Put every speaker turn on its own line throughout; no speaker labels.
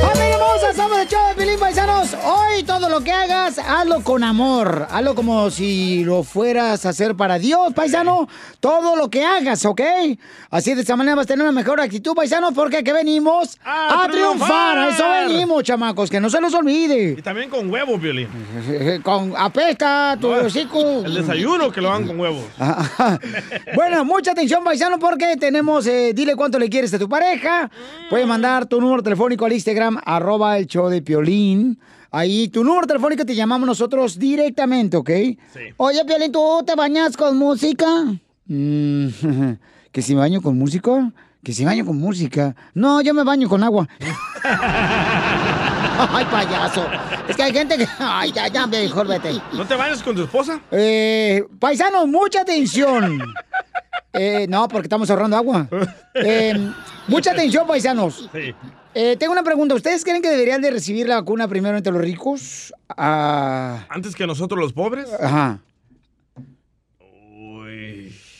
¡Familia hermosa! Somos el show de Pilín Paisanos. Hoy todo lo que hagas, hazlo con amor. Hazlo como si lo fueras a hacer para Dios, paisano. Todo lo que hagas, ¿ok? Así de esta manera vas a tener una mejor actitud, paisano, porque aquí venimos
¡A
a, triunfar. A eso
triunfar!
venimos, chamacos, que no se los olvide.
Y también con huevo, Piolín.
Con apesta tu hocico.
El desayuno que lo dan con huevos.
Bueno, mucha atención, paisano, porque tenemos, eh, dile cuánto le quieres a tu pareja.
Mm.
Puedes mandar tu número telefónico al Instagram, arroba el show de Piolín. Ahí, tu número telefónico te llamamos nosotros directamente, ¿ok? Oye, Piolín, ¿tú te bañas con música? Mm, ¿Que si me baño con músico? ¿Que si me baño con música? No, yo me baño con agua. Ay, payaso. Es que hay gente que... Ay, ya, ya, mejor vete.
¿No te bañas con tu esposa?
Eh, paisanos, mucha atención. Eh, no, porque estamos ahorrando agua. Eh, mucha atención, paisanos.
Sí.
Eh, tengo una pregunta. ¿Ustedes creen que deberían de recibir la vacuna primero entre los ricos? Ah,
¿Antes que nosotros los pobres?
ajá.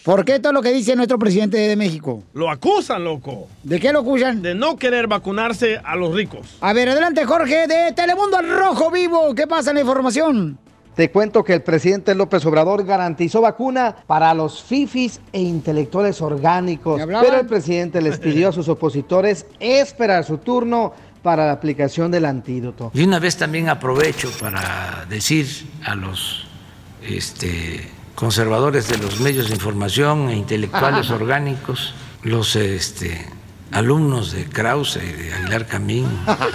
¿Por qué todo lo que dice nuestro presidente de México?
Lo acusan, loco.
¿De qué lo acusan?
De no querer vacunarse a los ricos.
A ver, adelante, Jorge, de Telemundo al Rojo Vivo. ¿Qué pasa en la información?
Te cuento que el presidente López Obrador garantizó vacuna para los fifis e intelectuales orgánicos,
hablaban?
pero el presidente les pidió a sus opositores esperar su turno para la aplicación del antídoto.
Y una vez también aprovecho para decir a los este, conservadores de los medios de información e intelectuales orgánicos, los este, alumnos de Krause y de Aguilar Camín,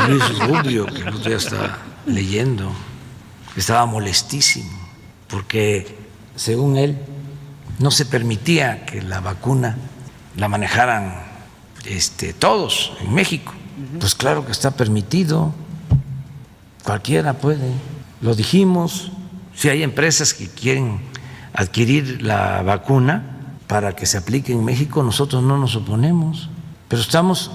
Luis Rubio, que el otro día estaba leyendo, estaba molestísimo, porque según él no se permitía que la vacuna la manejaran este, todos en México. Pues claro que está permitido. Cualquiera puede. Lo dijimos. Si hay empresas que quieren adquirir la vacuna para que se aplique en México, nosotros no nos oponemos. Pero estamos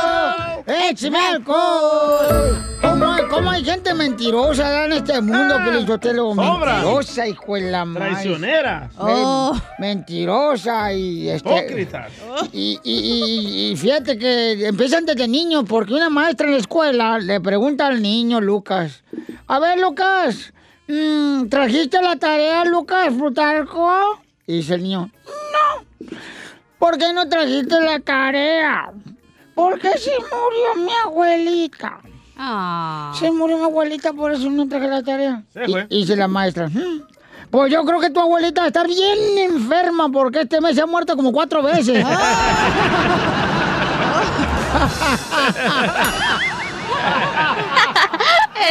¡Échame alcohol! ¿Cómo hay, cómo hay gente mentirosa en este mundo, Pelizotelo?
Ah. sobra.
Mentirosa, hijo de la madre.
Traicionera.
Men- Mentirosa y... Este,
Hipócritas.
Y, y- y- y fíjate que empiezan desde niño, porque una maestra en la escuela le pregunta al niño, Lucas, a ver, Lucas, mm, ¿trajiste la tarea, Lucas Plutarco? Y dice el niño, no. ¿Por qué no trajiste la tarea? Porque se murió mi abuelita.
Ah.
Ah.
Se murió mi abuelita, por eso no traje la tarea.
Se fue.
Y, y dice la maestra, "Mm, pues yo creo que tu abuelita está bien enferma porque este mes se ha muerto como cuatro veces.
Ah.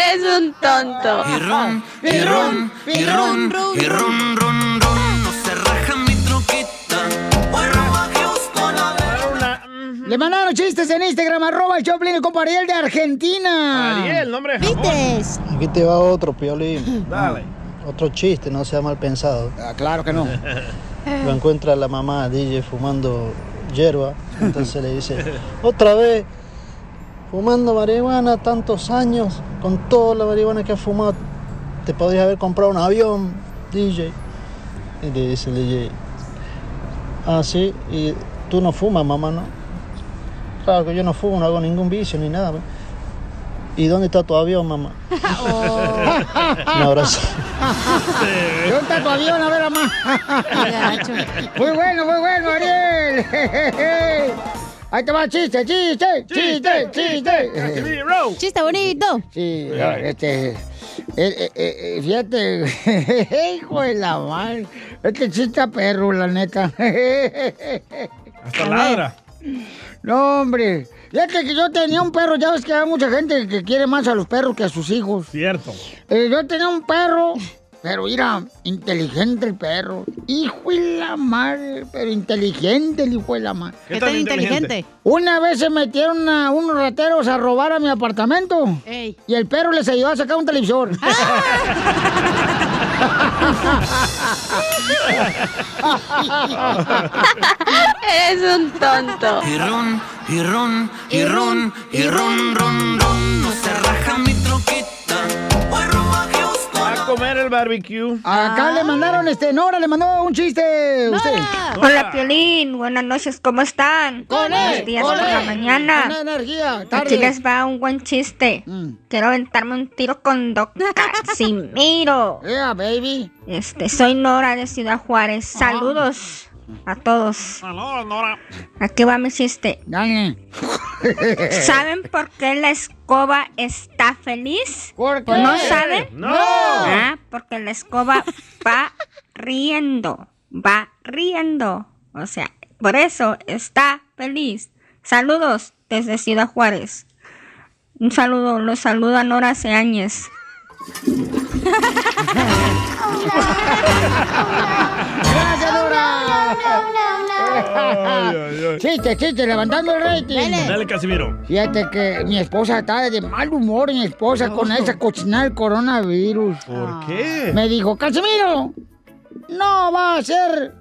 Eres un tonto.
Y ron, y ron, y ron, y ron, ron, ron, no se raja mi troquita. Voy rumbo a Houston a ver.
Le mandaron chistes en Instagram, arroba el Choplin, el compa Ariel de Argentina.
Ariel, nombre de jamón.
Aquí te va otro, Piolín.
Dale.
Otro chiste, no sea mal pensado.
Ah, claro que no.
Lo encuentra la mamá DJ fumando hierba. Entonces le dice, otra vez, fumando marihuana tantos años, con toda la marihuana que has fumado, te podrías haber comprado un avión, DJ. Y le dice el DJ, ah, sí, y tú no fumas, mamá, ¿no? Claro que yo no fumo, no hago ningún vicio ni nada. ¿Y dónde está tu avión, mamá? Un abrazo.
Yo está tu avión, a ver, mamá. Muy bueno, muy bueno, Ariel. Ahí te va chiste, chiste, chiste, chiste.
Casimiro.
Chiste bonito.
Sí, este... eh, eh, eh, fíjate, hijo de la madre. Este chiste está perro, la neta.
Hasta ladra.
No, hombre. Fíjate que yo tenía un perro, ya ves que hay mucha gente que quiere más a los perros que a sus hijos.
Cierto.
Eh, yo tenía un perro, pero era inteligente el perro. Hijo de la madre, pero inteligente el hijo de la madre.
¿Qué tan inteligente?
Una vez se metieron a unos rateros a robar a mi apartamento.
Ey.
Y el perro les ayudó a sacar un televisor.
Ah. Eres un tonto.
Y ron, y ron, y ron, y ron, ron, ron, no se raja mi troquita. Voy rumbo a Houston
A comer el barbecue.
Acá le mandaron, este, Nora le mandó un chiste. Usted.
Hola Piolín, buenas noches, ¿cómo están? Buenos días por la
Con
mañana.
energía,
Aquí
tarde.
les va un buen chiste.
Mm.
Quiero aventarme un tiro con Doc Casimiro.
Yeah, baby. Ah.
Este, soy Nora de Ciudad Juárez. Saludos a todos.
Saludos, Nora.
Aquí va mi chiste.
Dale. eh.
¿Saben por qué la escoba está feliz?
¿Por qué?
¿O no saben?
No.
Ah, porque la escoba va riendo, va riendo. O sea, por eso está feliz. Saludos desde Ciudad Juárez. Un saludo, los saluda Nora Seáñez.
Gracias, Nora.
Ay, ay, ay.
Chiste, chiste, levantando el rating.
Dale, Casimiro.
Fíjate que mi esposa está de mal humor, mi esposa, con esa cochinada del coronavirus. Ah.
¿Por qué?
Me dijo, Casimiro, no va a ser,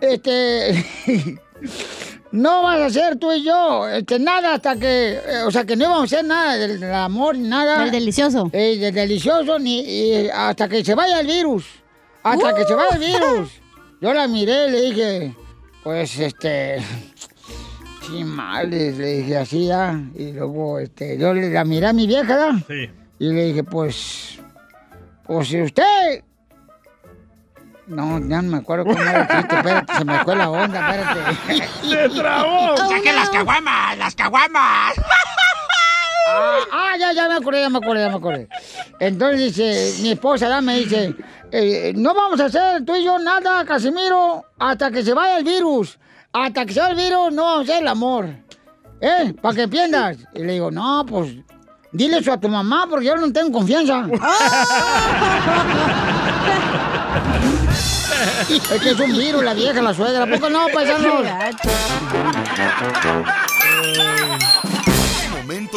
este, no vas a ser tú y yo, este, nada hasta que, eh, o sea, que no íbamos a hacer nada del, del amor, ni nada.
El delicioso.
eh, del delicioso, ni y hasta que se vaya el virus, hasta que se vaya el virus. Yo la miré y le dije, pues, este, sí, males, le dije así, ¿ah? y luego, este, yo le- la miré a mi vieja, ¿ah?
Sí.
Y le dije, pues, pues si usted... No, ya no me acuerdo cómo era el chiste, espérate, se me fue la onda, espérate.
¡Se trabó!
oh, Ah, ah, ya, ya me acordé, ya me acordé, ya me acordé. Entonces dice, mi esposa ya me dice, eh, no vamos a hacer tú y yo nada, Casimiro, hasta que se vaya el virus. Hasta que se vaya el virus, no vamos a hacer el amor. ¿Eh? Para que entiendas. Y le digo, no, pues, dile eso a tu mamá porque yo no tengo confianza. es que es un virus, la vieja, la suegra. ¿A poco no, paisanos?
momento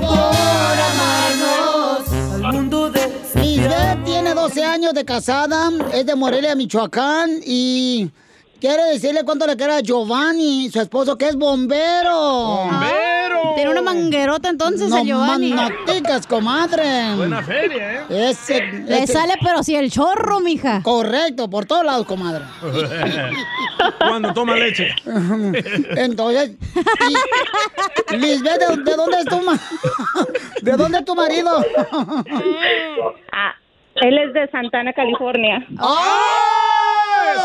por amarnos al mundo de
Lisbeth tiene 12 años de casada, es de Morelia, Michoacán y quiere decirle cuánto le queda a Giovanni, su esposo, que es bombero. ¡Bombero!
Ah,
tiene una manguerota entonces
el Giovanni.
manoticas, comadre.
Buena feria,
¿eh? Ese,
Le sale,
pero si el chorro, mija. Correcto, por todos lados, comadre.
Cuando toma leche.
Entonces, y- Lisbeth, ¿de, de dónde es tu ma- ¿De dónde es tu marido?
Ah, él es de Santana, California.
¡Oh!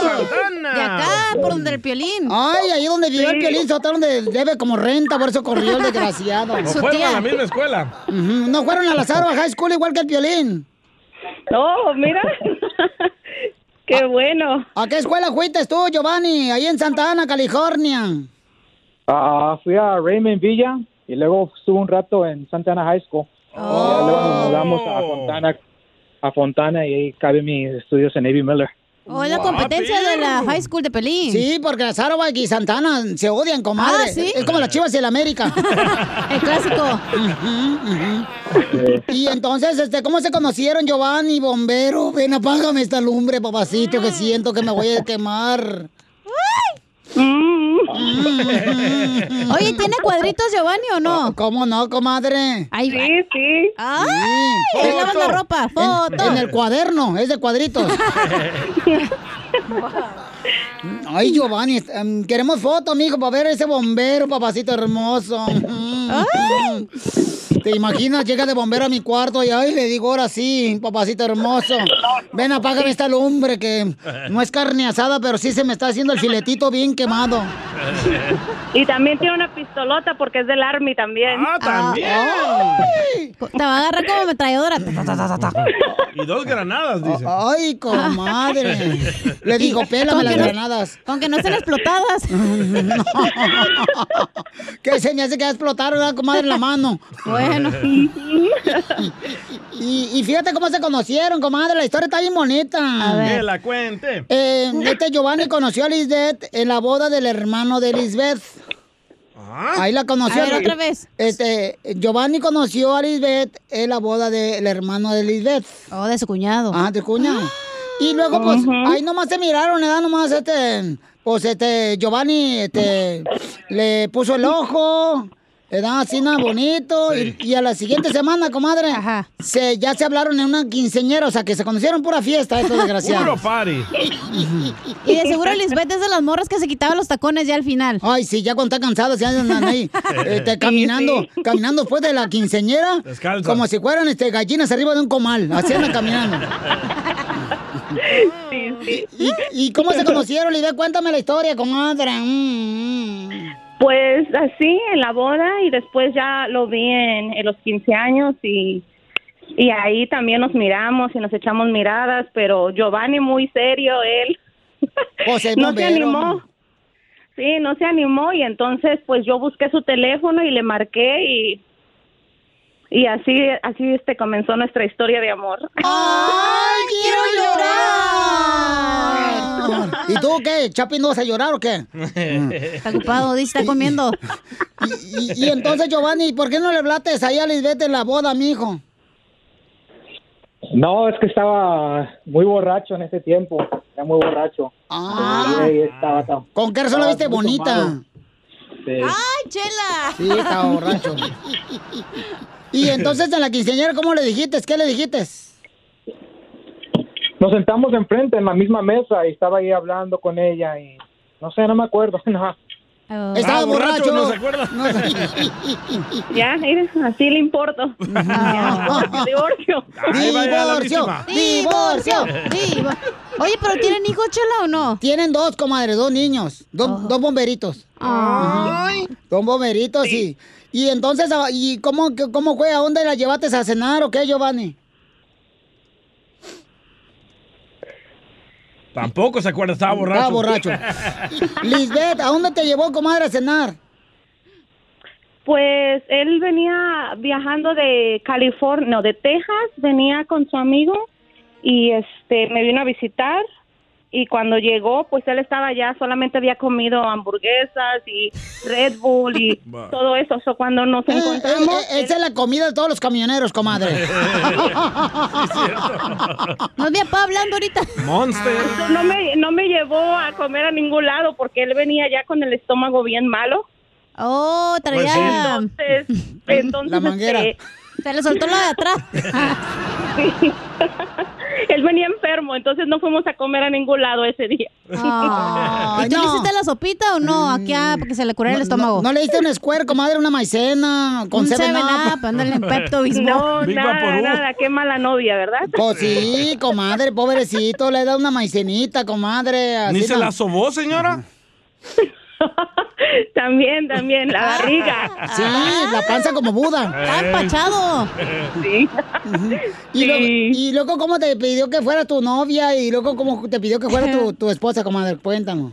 De acá, Ah, por donde el piolín.
Ay, ahí donde vivió el
Sí.
Piolín Sotelo, donde debe como renta, por eso corrió el desgraciado.
No fueron a la misma escuela.
Ujú, No fueron a la Zarba High School igual que el Piolín. No, mira. qué bueno. ¿A qué escuela fuiste tú, Giovanni? Ahí en Santa Ana, California.
Ah, fui a Raymond Villa y luego estuve un rato en Santa Ana High School. Y ya luego
Oh.
nos mudamos a Fontana, a Fontana y ahí cabe mis estudios en Navy Miller.
O Oh, es la competencia de la high school de Pelín.
Sí, porque la Zarba y Santana se odian, comadre.
Ah, ¿sí?
Es como las chivas y el América. el clásico. Y entonces, este, ¿cómo se conocieron Giovanni, bombero? Ven, apágame esta lumbre, papacito,
Mm.
que siento que me voy a quemar.
Mm. Oye, ¿tiene cuadritos Giovanni o no?
Oh, ¿Cómo no, comadre?
Ahí va.
Sí, sí.
¡Ay! Él lava la ropa.
En, en el cuaderno, es de cuadritos. Ay, Giovanni, est- em, queremos foto, mijo, para ver ese bombero, papacito hermoso. ¿Te imaginas? Llega de bombero a mi cuarto y ay, le digo, ahora sí, papacito hermoso. Ven, apágame esta lumbre que no es carne asada, pero sí se me está haciendo el filetito bien quemado.
Y también tiene una pistolota porque es del Army también. Ah,
también.
Ah,
Te va a agarrar como metralladora. Ta, ta, ta, ta, ta, ta.
Y dos granadas, dice.
Ay, comadre. Le digo, pélame
Con
las
que no-
granadas.
con que no estén explotadas.
Que se me hace que va a explotar, ¿verdad, comadre, la mano?
Bueno.
Y, y fíjate cómo se conocieron, comadre. La historia está bien bonita.
Que la cuente.
Eh, este Giovanni conoció a Lisbeth en la boda del hermano de Lisbeth. Ahí la conoció.
A ver, otra vez.
Este, Giovanni conoció a Lisbeth en la boda del hermano de Lisbeth.
Oh, de su cuñado.
Ah, de su cuñado. Y luego, pues, ahí nomás se miraron, ¿verdad? Nomás, este, pues, este, Giovanni, este, le puso el ojo, ¿verdad? Así nada bonito. Y, y a la siguiente semana, comadre, se, ya se hablaron en una quinceñera, o sea, que se conocieron pura fiesta, estos
Puro
desgraciados.
party.
Y de seguro Lisbeth es de las morras que se quitaba los tacones ya al final.
Ay, sí, ya cuando está cansada, se andan ahí este, caminando, caminando después de la quinceñera,
Descalza.
como si fueran este, gallinas arriba de un comal, así andan caminando. ¿Y, y cómo se conocieron, Lidia? Cuéntame la historia, comadre.
Pues así, en la boda y después ya lo vi en, en los 15 años y, y ahí también nos miramos y nos echamos miradas, pero Giovanni muy serio, él
es
no se
bombero.
animó. Sí, no se animó y entonces pues yo busqué su teléfono y le marqué y y así así este comenzó nuestra historia de amor.
¡Ay, quiero llorar! ¿Y tú qué? ¿Chapin no vas a llorar o qué?
Está ocupado, dice, está comiendo.
Y, y entonces, Giovanni, ¿por qué no le hablaste ahí a Lisbeth en la boda, mijo?
No, es que estaba muy borracho en ese tiempo. Era muy borracho.
Ah.
Sí, estaba tan-
¿Con qué razón la viste
estaba muy
bonita?
tomado. Sí.
¡Ay, chela!
Sí, estaba borracho. Y entonces en la quinceañera, ¿cómo le dijiste? ¿Qué le dijiste?
Nos sentamos enfrente en la misma mesa y estaba ahí hablando con ella y no sé, no me acuerdo. No.
Oh.
Estaba
Ah, borracho,
borracho.
no se
acuerda.
ya, mira, así le importo.
Ah,
Divorcio.
Ahí va ya la misma.
¡Divorcio!
¡Divorcio! Oye, pero ¿tienen hijos, Chela, o no?
Tienen dos, comadre, dos niños, dos, dos bomberitos.
Ay.
Ujú. Dos bomberitos y... Y entonces, ah, ¿y cómo, cómo fue? ¿A dónde la llevaste a cenar o qué, Giovanni?
Tampoco se acuerda, estaba borracho.
Estaba borracho. Lisbeth, ¿a dónde te llevó, comadre, a cenar?
Pues él venía viajando de California, no, de Texas, venía con su amigo y este me vino a visitar y cuando llegó, pues él estaba allá, solamente había comido hamburguesas y Red Bull y
Bah.
todo eso. So, cuando nos encontramos,
Eh, Esa es la comida de todos los camioneros, comadre.
No había pa hablando ahorita.
Monster.
No me, no me llevó a comer a ningún lado porque él venía ya con el estómago bien malo. Oh,
traía-
Entonces, entonces, este,
La manguera.
Se le soltó la de atrás. él venía enfermo, entonces no fuimos a comer a ningún lado ese día. Ah.
¿Y tú le hiciste la sopita o no? Aquí ah, para que se le curara el estómago.
Mm. No, le diste un square, comadre, una maicena, con
Un
7
Seven
up.
Up, ándale, Pepto
Pues
Bismol.
No, nada, nada, qué mala novia, ¿verdad?
Pues sí, comadre, pobrecito, le da una maicenita, comadre.
¿Ni
así
se
no.
la sobó, señora?
También, también, la barriga.
Ah. Sí, la panza como Buda.
Está empachado. Sí.
Y, luego, y luego, ¿cómo te pidió que fuera tu novia? Y luego, ¿cómo te pidió que fuera tu, tu esposa, comadre? Cuéntanos.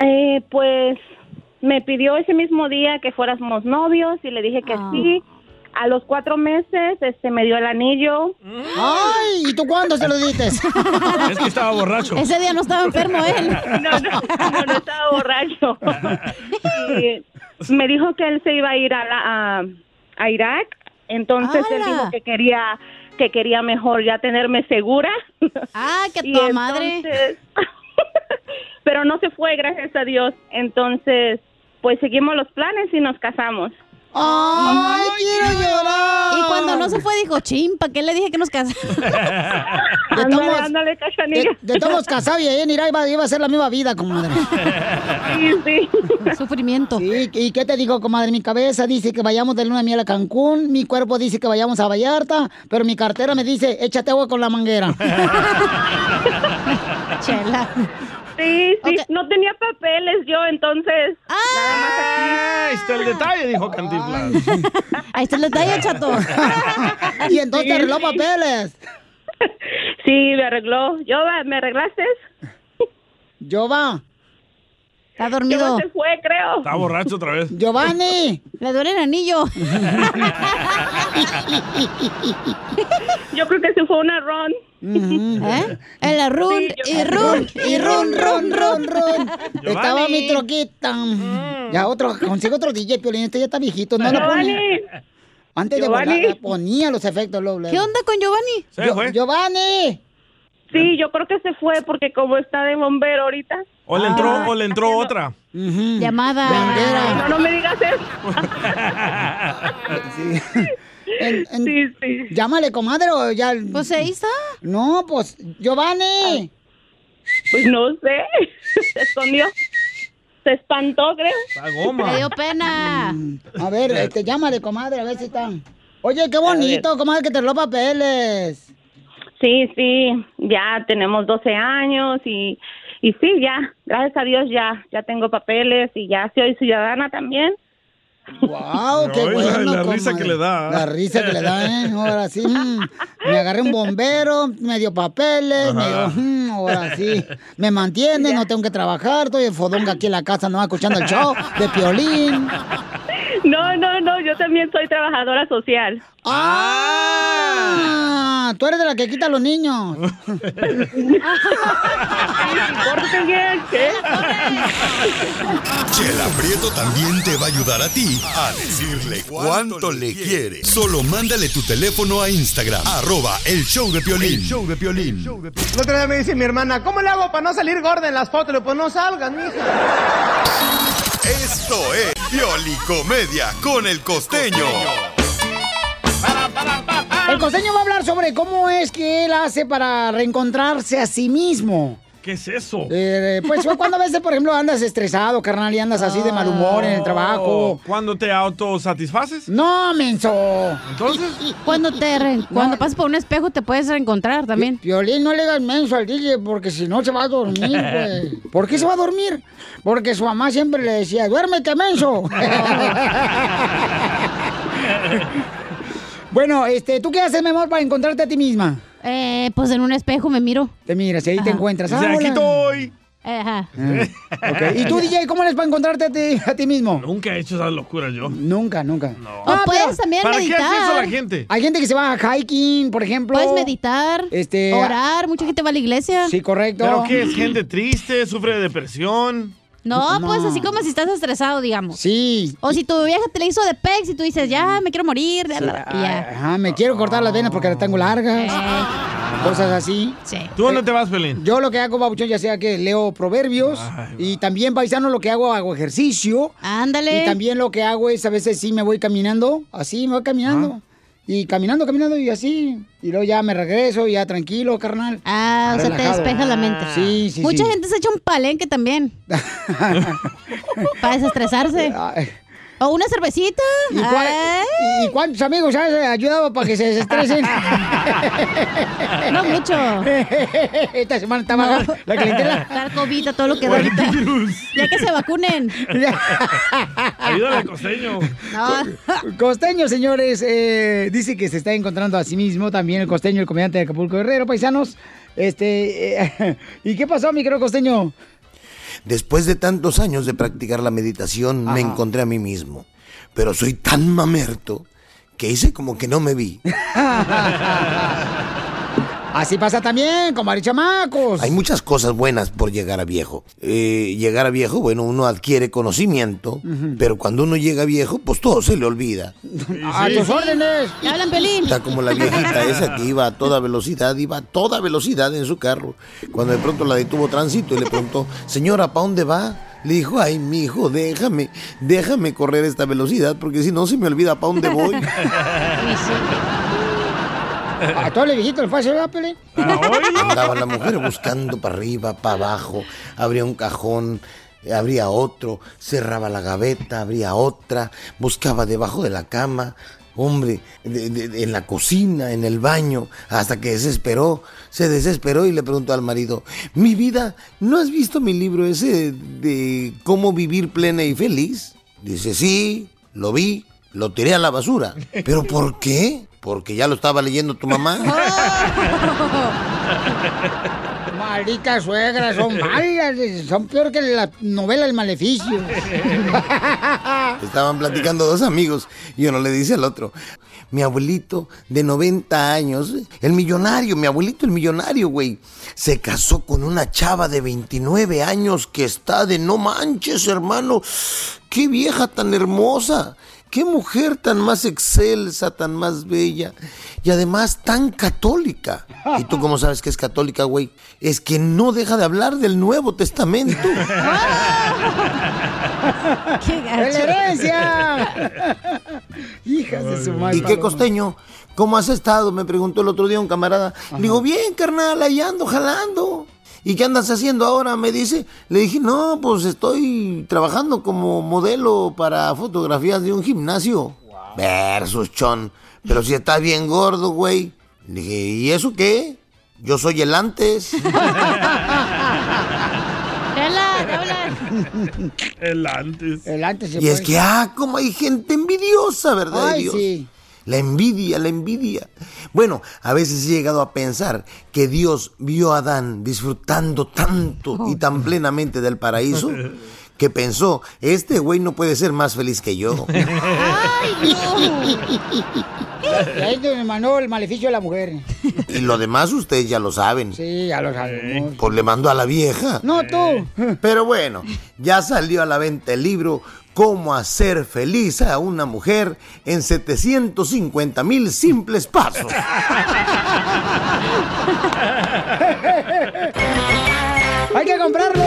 Eh, pues me pidió ese mismo día que fuéramos novios y le dije que sí. A los cuatro meses este, me dio el anillo.
¡Ay! ¿Y tú cuándo se lo diste?
Es que estaba borracho.
día no estaba enfermo él. No, no, no, no estaba borracho. Y me dijo que él se iba a ir a, la- a, a Irak. Entonces él
¡Hala!
dijo que quería que quería mejor ya tenerme segura. Ah, que
toda madre.
pero no se fue, gracias a Dios. Entonces, pues seguimos los planes y nos casamos.
¡Ay,
quiero llorar!
Y cuando no se fue, dijo, chin, ¿para qué le dije que nos casamos?
Ándale, ándale, cachanilla.
De todos casados y ahí en Irak iba, iba a ser la misma vida, comadre.
Sí, sí.
Sufrimiento. ¿Y qué te digo, comadre? Mi cabeza dice que vayamos de luna de miel a Cancún, mi cuerpo dice que vayamos a Vallarta, pero mi cartera me dice, échate agua con la manguera.
Chela. Sí, sí, no tenía papeles yo, entonces.
Ahí está el detalle, dijo Cantinflas.
Ahí está el detalle, chato.
y entonces te arregló papeles.
Sí, me arregló. Yoba, ¿me arreglaste?
Yoba.
Está dormido.
Yoba se fue, creo.
Está borracho otra vez.
Giovanni.
Le duele el anillo.
Yo creo que se fue una ron.
¿Eh? El run y run y run run run run.
Estaba mi troquita.
Mm.
Ya otro, consigo otro DJ, Piolín, este ya está viejito. No lo pone. Antes de
Giovanni.
volar, ponía los efectos. Lo,
¿Qué onda
con Giovanni?
Se fue.
Giovanni.
Sí, yo creo que se fue porque como está de bombero ahorita.
O le entró,
Ah.
o le entró otra.
Llamada. No, no me digas eso.
sí, sí. Llámale, comadre, o ya. Pues ahí está. No, pues, Giovanni.
Pues no sé. Se escondió. Se espantó, creo.
Le dio
pena.
A ver, este, llámale, comadre, a ver si está. Oye, qué bonito, comadre, que te lo papeles.
Sí, sí, ya tenemos 12 años y, y sí, ya, gracias a Dios ya, ya tengo papeles y ya soy ciudadana también.
¡Wow! ¡Qué
Ay, la-
bueno!
la risa
comadre.
que le da.
La risa que le da, ¿eh? Ahora sí. mm, Me agarré un bombero, me dio papeles, me dio.
Ajá.
mm, ahora sí. Me mantiene, no tengo que trabajar, estoy en fodonga aquí en la casa, no escuchando el show de piolín.
No, no, no, yo también soy trabajadora social.
¡Ah! Tú eres de la que quita a los niños.
Chela Prieto también te va a ayudar a ti a decirle cuánto le quiere. Solo mándale tu teléfono a Instagram, arroba el show de Piolín. show de Piolín.
La otra vez me dice mi hermana, ¿cómo le hago para no salir gorda en las fotos? Le digo, pues no salgan, mija.
Esto es Pioli Comedia con el costeño.
El costeño va a hablar sobre cómo es que él hace para reencontrarse a sí mismo.
¿Qué es eso?
Eh, pues fue cuando a veces, por ejemplo, andas estresado, carnal, y andas así de mal humor en el trabajo.
Oh, ¿Cuándo te autosatisfaces?
No, menso.
Entonces.
Cuando te re- cuando pasas por un espejo te puedes reencontrar también.
Violín, no le das menso al DJ porque si no se va a dormir, güey. ¿Por qué se va a dormir? Porque su mamá siempre le decía, duérmete, menso. bueno, este, ¿tú qué haces, mi amor, para encontrarte a ti misma?
Eh, pues en un espejo me miro.
Te miras y ahí te encuentras.
Dice,
Ah,
"Aquí
hola".
estoy. Ajá.
Ah, ok. ¿Y tú, DJ, cómo les va a encontrarte a ti, a ti mismo?
Nunca he hecho esas locuras yo.
Nunca, nunca.
No.
Ah,
puedes
mira.
también
¿Para qué hace
meditar.
eso la gente?
Hay gente que se va a hiking, por ejemplo.
Puedes meditar,
Este,
orar, mucha gente va a la iglesia.
Sí, correcto.
¿Pero qué es? ¿Gente triste? ¿Sufre de depresión?
No, pues así como si estás estresado, digamos.
Sí.
O si tu vieja te le hizo de pex y tú dices, ya, me quiero morir. la, la, la, y ya.
Ajá, Ah,
Ah.
me quiero cortar las venas porque las tengo largas.
Eh.
Cosas así.
¿Tú dónde te vas, Pelín?
Yo lo que hago, babuchón, ya sea que leo proverbios y también, paisano, lo que hago, hago ejercicio.
Ándale.
Y también lo que hago es, a veces sí me voy caminando, así me voy caminando. Y caminando, caminando y así. Y luego ya me regreso, ya tranquilo, carnal.
Ah, o sea, te despeja la mente.
Sí, sí,
Mucha
sí.
gente se echa un palenque también. para desestresarse. O una cervecita.
¿Y, cuál- y- y cuántos amigos has ayudado para que se desestresen?
No mucho.
Esta semana está baja la clientela.
Dar COVID a todo lo que da ahorita. Ya que se vacunen.
Ayúdame al costeño.
Co- Costeño, señores, eh, dice que se está encontrando a sí mismo también el costeño, el comediante de Acapulco Guerrero, paisanos. Este, eh, ¿y qué pasó, mi querido costeño?
Después de tantos años de practicar la meditación, me encontré a mí mismo. Pero soy tan mamerto que hice como que no me vi.
Así pasa también, con chamacos.
Hay muchas cosas buenas por llegar a viejo. Eh, llegar a viejo, bueno, uno adquiere conocimiento,
Ujú.
pero cuando uno llega viejo, pues todo se le olvida.
A tus órdenes.
Ya hablan pelín.
Está como la viejita esa que iba a toda velocidad, iba a toda velocidad en su carro. Cuando de pronto la detuvo tránsito y le preguntó, señora, ¿para dónde va? Le dijo, ay, mi hijo, déjame, déjame correr esta velocidad, porque si no se me olvida para dónde voy.
A todo el viejito le fue a hacer la peli.
Andaba la mujer buscando para arriba, para abajo, abría un cajón, abría otro, cerraba la gaveta, abría otra, buscaba debajo de la cama, hombre, de- de- de- en la cocina, en el baño, hasta que desesperó, se desesperó y le preguntó al marido, mi vida, ¿no has visto mi libro ese de cómo vivir plena y feliz? Dice, sí, lo vi, lo tiré a la basura. ¿Pero por qué? Porque ya lo estaba leyendo tu mamá.
Malditas suegras, son malas, son peor que la novela El Maleficio.
Estaban platicando dos amigos y uno le dice al otro, mi abuelito de 90 años, el millonario, mi abuelito el millonario, güey, se casó con una chava de 29 años que está de no manches, hermano, qué vieja tan hermosa. Qué mujer tan más excelsa, tan más bella y además tan católica. ¿Y tú cómo sabes que es católica, güey? Es que no deja de hablar del Nuevo Testamento.
¡Qué
gacho! ¡La herencia! Hijas de su madre.
¿Y qué costeño? ¿Cómo has estado? Me preguntó el otro día un camarada. Le Digo, bien, carnal, ahí ando, jalando. ¿Y qué andas haciendo ahora? Me dice. Le dije, no, pues estoy trabajando como modelo para fotografías de un gimnasio. Versus, chon. Pero si estás bien gordo, güey. Le dije, ¿y eso qué? Yo soy el antes.
El antes.
El antes.
Y es que, ah, como hay gente envidiosa, ¿verdad? de
Ay,
Dios?
sí.
La envidia, la envidia. Bueno, a veces he llegado a pensar que Dios vio a Adán disfrutando tanto y tan plenamente del paraíso que pensó, este güey no puede ser más feliz que yo.
Y ahí te mandó el maleficio de la mujer.
Y lo demás ustedes ya lo saben.
Sí, ya lo sabemos.
Pues le mandó a la vieja.
No, tú.
Pero bueno, ya salió a la venta el libro Cómo hacer feliz a una mujer en 750 mil simples pasos.
¡Hay que comprarlo!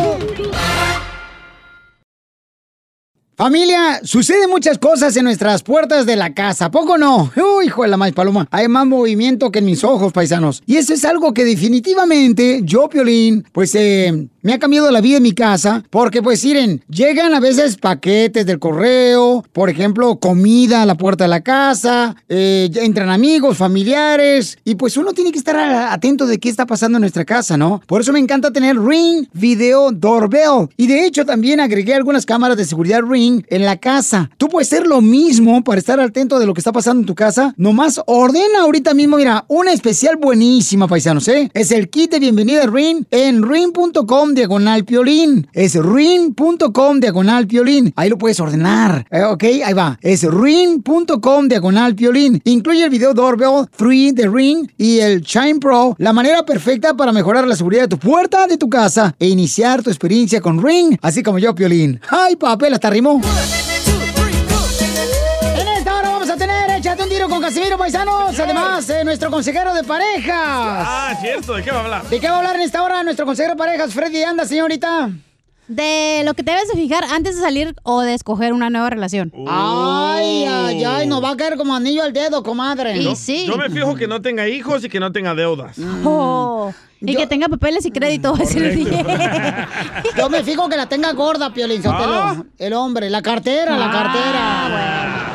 Familia, suceden muchas cosas en nuestras puertas de la casa, ¿a ¿poco no? Uy, hijo de la más paloma, hay más movimiento que en mis ojos, paisanos. Y eso es algo que definitivamente yo, Piolín, pues eh, me ha cambiado la vida en mi casa, porque pues miren, llegan a veces paquetes del correo, por ejemplo, comida a la puerta de la casa, eh, ya entran amigos, familiares, y pues uno tiene que estar a- atento de qué está pasando en nuestra casa, ¿no? Por eso me encanta tener Ring Video Doorbell. Y de hecho también agregué algunas cámaras de seguridad Ring Piolín en la casa. Tú puedes hacer lo mismo para estar atento de lo que está pasando en tu casa. Nomás ordena ahorita mismo, mira, una especial buenísima, paisanos, ¿eh? Es el kit de bienvenida de Rin en rin.com diagonal Piolín. Es rin.com diagonal Piolín. Ahí lo puedes ordenar, eh, ¿ok? Ahí va. Es rin.com diagonal Piolín. Incluye el video Doorbell 3 de Ring y el Chime Pro, la manera perfecta para mejorar la seguridad de tu puerta de tu casa e iniciar tu experiencia con Ring, así como yo, Piolín. ¡Ay, papel, hasta rimó! En esta hora vamos a tener Échate un tiro con Casimiro Paisanos, además, eh, nuestro consejero de parejas.
Ah, cierto, ¿de qué va a hablar?
¿De qué va a hablar en esta hora nuestro consejero de parejas, Freddy Anda, señorita?
De lo que te debes de fijar antes de salir o de escoger una nueva relación.
Ay, ay, ay, nos va a caer como anillo al dedo, comadre.
Y
Yo-
sí.
Yo me fijo que no tenga hijos y que no tenga deudas.
Oh, y que tenga papeles y crédito, va a ser bien.
Yo me fijo que la tenga gorda, Piolín Sotelo.
Ah.
El hombre, la cartera, la cartera.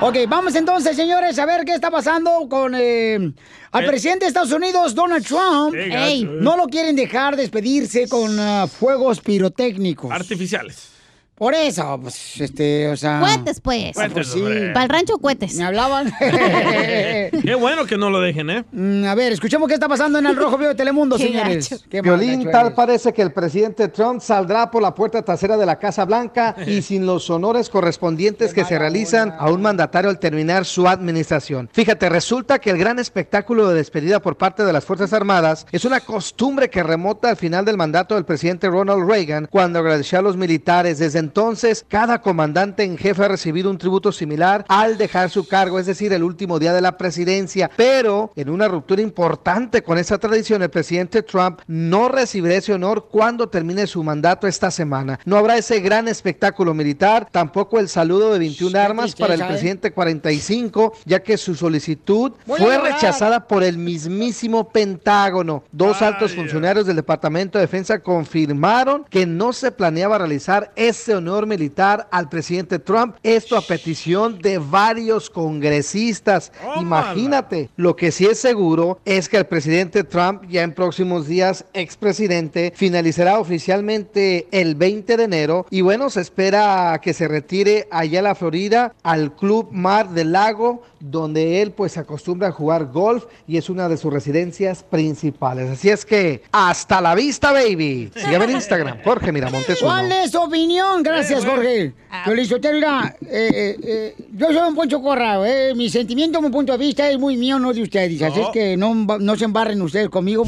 Ok, vamos entonces, señores, a ver qué está pasando con eh, al
Eh.
presidente de Estados Unidos, Donald Trump.
Qué gacho, Ey. eh.
No lo quieren dejar despedirse con ah, fuegos pirotécnicos.
Artificiales.
Por eso, pues, este, o sea...
Cohetes, pues.
Cohetes,
Pues
hombre.
Para el rancho, cohetes.
Me hablaban.
Qué bueno que no lo dejen, ¿eh?
Mm, a ver, escuchemos qué está pasando en el Rojo Vivo de Telemundo,
Qué
señores.
gacho.
Qué mal
Violín,
gacho
tal
eres.
parece que el presidente Trump saldrá por la puerta trasera de la Casa Blanca y sin los honores correspondientes que se realizan a un mandatario al terminar su administración. Fíjate, resulta que el gran espectáculo de despedida por parte de las Fuerzas Armadas es una costumbre que remota al final del mandato del presidente Ronald Reagan cuando agradeció a los militares. Desde entonces, cada comandante en jefe ha recibido un tributo similar al dejar su cargo, es decir, el último día de la presidencia. Pero en una ruptura importante con esa tradición, el presidente Trump no recibirá ese honor cuando termine su mandato esta semana. No habrá ese gran espectáculo militar, tampoco el saludo de 21 armas para el
tristeza, ¿eh?
presidente 45, ya que su solicitud
Voy a
fue
llorar.
rechazada rechazada por el mismísimo Pentágono. Dos altos funcionarios del Departamento de Defensa confirmaron que no se planeaba realizar ese honor militar al presidente Trump, esto a petición de varios congresistas. Imagínate, lo que sí es seguro es que el presidente Trump, ya en próximos días expresidente, finalizará oficialmente el 20 de enero y bueno, se espera que se retire allá a la Florida al Club Mar del Lago, donde él pues acostumbra a jugar golf y es una de sus residencias principales. Así es que hasta la vista, baby. Sígueme en Instagram, Jorge Miramontes. uno.
¿Cuál es tu opinión?
Eh,
Gracias, Jorge.
Ah.
Piolín Sotelo, mira, eh, eh, eh, yo soy un poncho corrado, eh, mi sentimiento, mi punto de vista es muy mío, no de ustedes. Así es que no, emba- no se embarren ustedes conmigo,